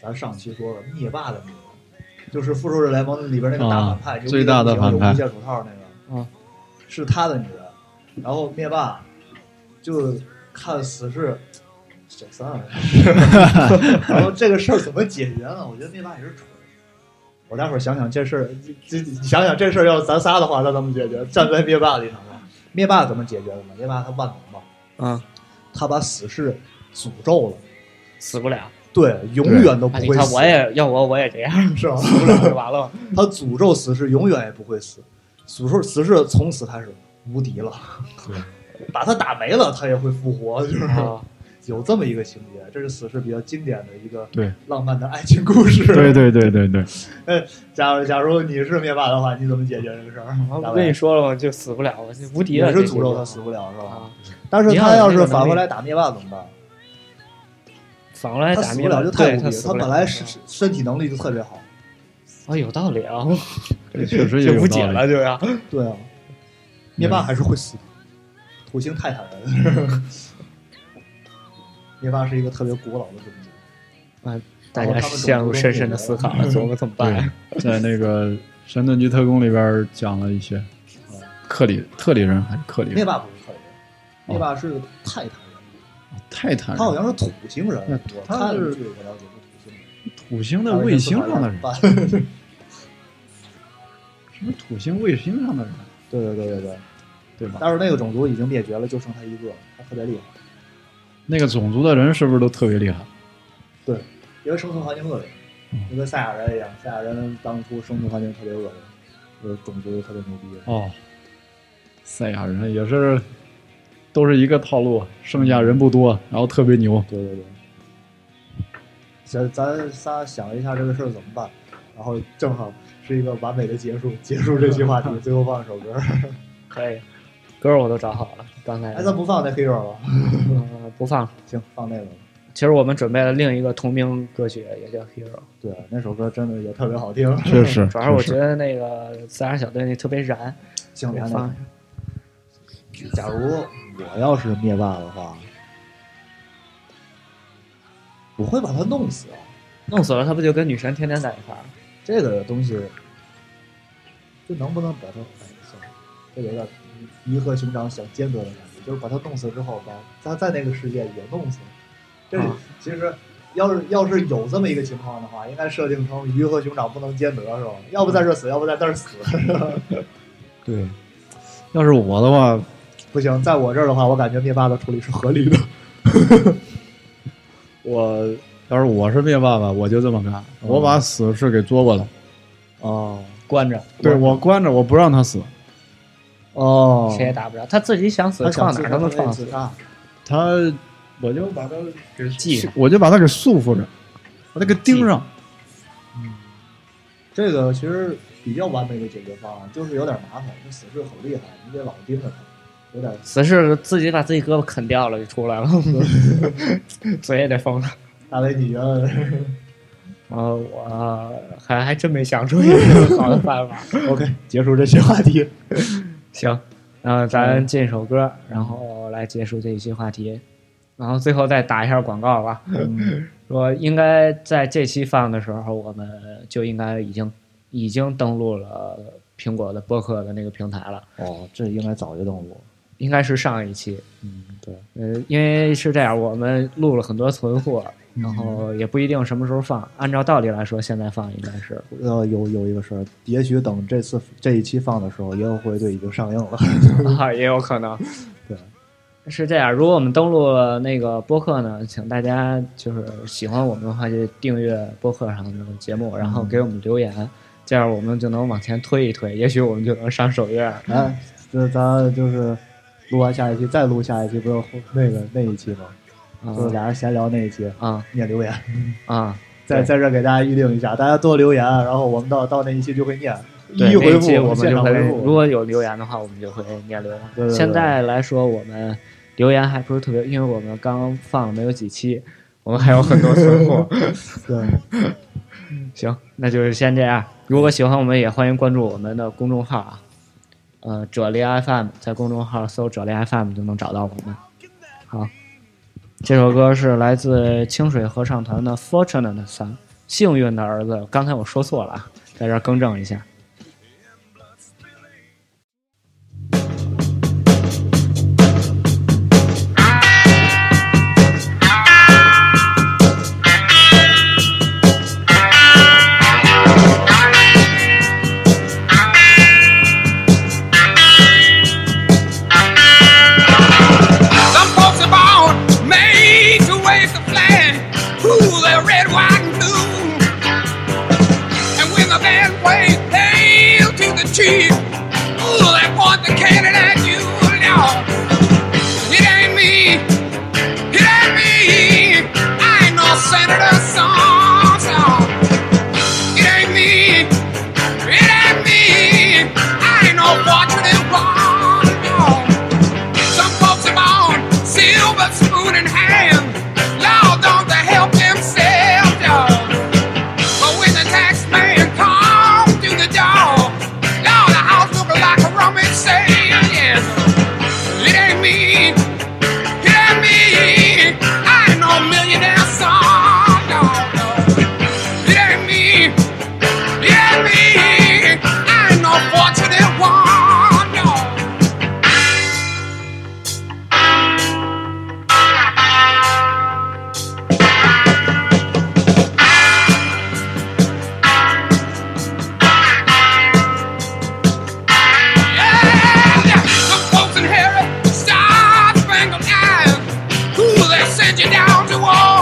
B: 咱上期说了，灭霸的女人，就是复仇者联盟里边那个大反派，
C: 啊
B: 牛逼
C: 最大的
B: 不行
C: 反派
B: 有无限手套那个，
A: 嗯，
B: 是他的女人，然后灭霸就看死侍。小三儿， 然后这个事儿怎么解决呢？我觉得灭霸也是蠢，我待会儿想想这事儿，这这你想想这事儿，要是咱仨的话，咱怎么解决？站在灭霸立场上，灭霸怎么解决的呢？灭霸他万能嘛，
A: 嗯，
B: 他把死侍诅咒了，
A: 死不了。
B: 对，永远都不
A: 啊，你
B: 会
A: 看
B: 死，
A: 我也要我我也这样，
B: 是吧？
A: 死不了就完了。
B: 他诅咒死侍永远也不会死，诅咒死侍从此开始无敌了，把他打没了，他也会复活，就是
A: 啊，
B: 有这么一个情节，这是死侍比较经典的一个
C: 对
B: 浪漫的爱情故事。
C: 对，对对对对，
B: 假如假如你是灭霸的话，你怎么解决这个事儿？
A: 我
B: 大
A: 不
B: 卫
A: 跟你说了吗？就死不了，我就无敌
B: 也
A: 了。
B: 是
A: 这
B: 诅咒他
A: 就
B: 死不了是吧？
A: 啊，
B: 但是
A: 你要
B: 他
A: 有
B: 要
A: 那个
B: 是
A: 能
B: 反过
A: 力
B: 来打灭霸怎么办？
A: 反过来
B: 他
A: 打
B: 死
A: 灭
B: 不了就太
A: 对
B: 无敌
A: 他
B: 了。
A: 死
B: 他
A: 不
B: 本
A: 了
B: 来是身体能力就特别好，
A: 啊，有道理啊，
C: 这确实也
A: 就
C: 有
A: 无解
C: 道理
A: 了，。就要。
B: 对啊，灭霸还是会死的，土星泰坦人。灭霸是一个特别古老的种族，
A: 大家陷入深深的思 考了，琢磨怎么办
C: 对？， 在那个《神盾局特工》里边讲了一些，呃克里特里人还是克里
B: 灭
C: 人，
B: 霸不是特人，灭霸是泰坦人，
C: 泰坦
B: 他好
C: 人，
B: 像是土星人
C: 那，
B: 我
C: 他
B: 看
C: 是
B: 据我了解是土星人。
C: 土星的卫星上的人，
B: 人，
C: 什么土星卫星上的人，
B: 对对对对对，
C: 对吧？
B: 但是那个种族已经灭绝了，就剩他一个，他特别厉害。
C: 那个种族的人是不是都特别厉害？
B: 因为生存环境恶劣，就跟赛亚人一样，赛亚人当初生存环境特别恶劣，就是种族特别牛逼。
C: 哦，赛亚人也是都是一个套路，剩下人不多，然后特别牛。
B: 对对对。咱咱仨想一下这个事儿怎么办，然后正好是一个完美的结束，结束这期话题，最后放一首歌。
A: 可以，歌儿我都找好了，刚才
B: 哎，咱不放那黑手了，
A: 嗯不放了。
B: 行，放那个吧。
A: 其实我们准备了另一个同名歌曲，也叫《Hero
B: 对，那首歌真的也特别好听。
C: 确实》，，
A: 主要是我
C: 确实
A: 觉得那个自然小队那特别燃，
B: 行，咱
A: 放
B: 那假如我要是灭霸的话，我会把他弄死。啊
A: 弄死了他不就跟女神天天在一块儿？
B: 这个东西，就能不能把它，哎，算了，这有点鱼和熊掌想兼得的感觉，就是把它弄死之后，把他在那个世界也弄死。这
A: 啊
B: 其实要是要是有这么一个情况的话，应该设定成鱼和熊掌不能兼得，是吧？要不在这儿死，要不在那儿死。
C: 对。要是我的话，
B: 不行，在我这儿的话，我感觉灭霸的处理是合理的。
C: 我要是我是灭霸吧，我就这么干，我把死士给捉过来，
B: 哦
A: 关着，
C: 嗯对我关着，我不让他死。
B: 哦
A: 谁也打不着，他自己想死
B: 他
A: 撞
B: 想自
A: 哪
B: 杀
A: 儿都能
B: 他
A: 撞
B: 也
A: 死
B: 自。杀。
C: 他，我就把他给
A: 系
C: 我就把他给束缚着，把他给钉上。
B: 这个其实比较完美的解决方案，就是有点麻烦，这死士很厉害，你得老盯着他，有点
A: 死士自己把自己胳膊啃掉了就出来 了，嘴也得封了。
B: 大雷，你觉得？
A: 然后我还还真没想出一个好的办法。
B: OK，结束这期话题。
A: 行，然后
B: 嗯
A: 咱进一首歌，然后来结束这一期话题，然后最后再打一下广告吧。
B: 嗯
A: 说应该在这期放的时候，我们就应该已经已经登录了苹果的播客的那个平台了，
B: 哦，这应该早就动过。
A: 应该是上一期。
B: 嗯，对，
A: 呃，因为是这样，我们录了很多存货，然后也不一定什么时候放。按照道理来说，现在放应该是
B: 呃，有有一个事儿，也许等这次这一期放的时候，《野火护卫队》已经上映 了。
A: 啊，也有可 能。
B: 对，
A: 是这样。如果我们登录了那个播客呢，请大家就是喜欢我们的话，就订阅播客上的节目，然后给我们留言，这样我们就能往前推一推，也许我们就能上首页。
B: 哎，这咱就是录完下一期，再录下一期，不是那个那一期吗？就是
A: 啊
B: 俩人闲聊那一期，
A: 啊
B: 念留言，
A: 啊！
B: 在
A: 对
B: 在这儿给大家预定一下，大家多留言，啊然后我们到到那一期就会念，一
A: 对
B: 一回
A: 那
B: 复
A: 期我们
B: 现
A: 就
B: 场
A: 会
B: 回，复。
A: 如果有留言的话，我们就会念留言。
B: 对对对
A: 现在来说，我们留言还不是特别，因为我们刚放没有几期，我们还有很多存 货。
B: 对，
A: 行，那就是先这样。如果喜欢我们，也欢迎关注我们的公众号啊，呃，啫喱 FM，在公众号搜“啫喱 FM” 就能找到我们。好，这首歌是来自清水合唱团的《Fortunate Son》，幸运的儿子。刚才我说错了，啊，在这儿更正一下。
D: Some folks are born made to waste the flag. Ooh, they're red, white, and blue. And when the band plays hail to the chief, ooh, they point the cannon at you. Now, it ain't me. It ain't me. I ain't no senator's son. so. It ain't me. It ain't me. I ain't no fortunate one. No. Some folks are born silver spoon in hand. Lord, don't they help themselves, y'all? But when the tax man comes through the door, Lord, the house looks like a rummage sale. Yeah. It ain't me. It ain't me. I ain't no millionaire son. No, no. It ain't me. It ain't me. I ain't no fortunate one. No. Some folks inherit star-spangled eyes. Ooh, they send you down to war.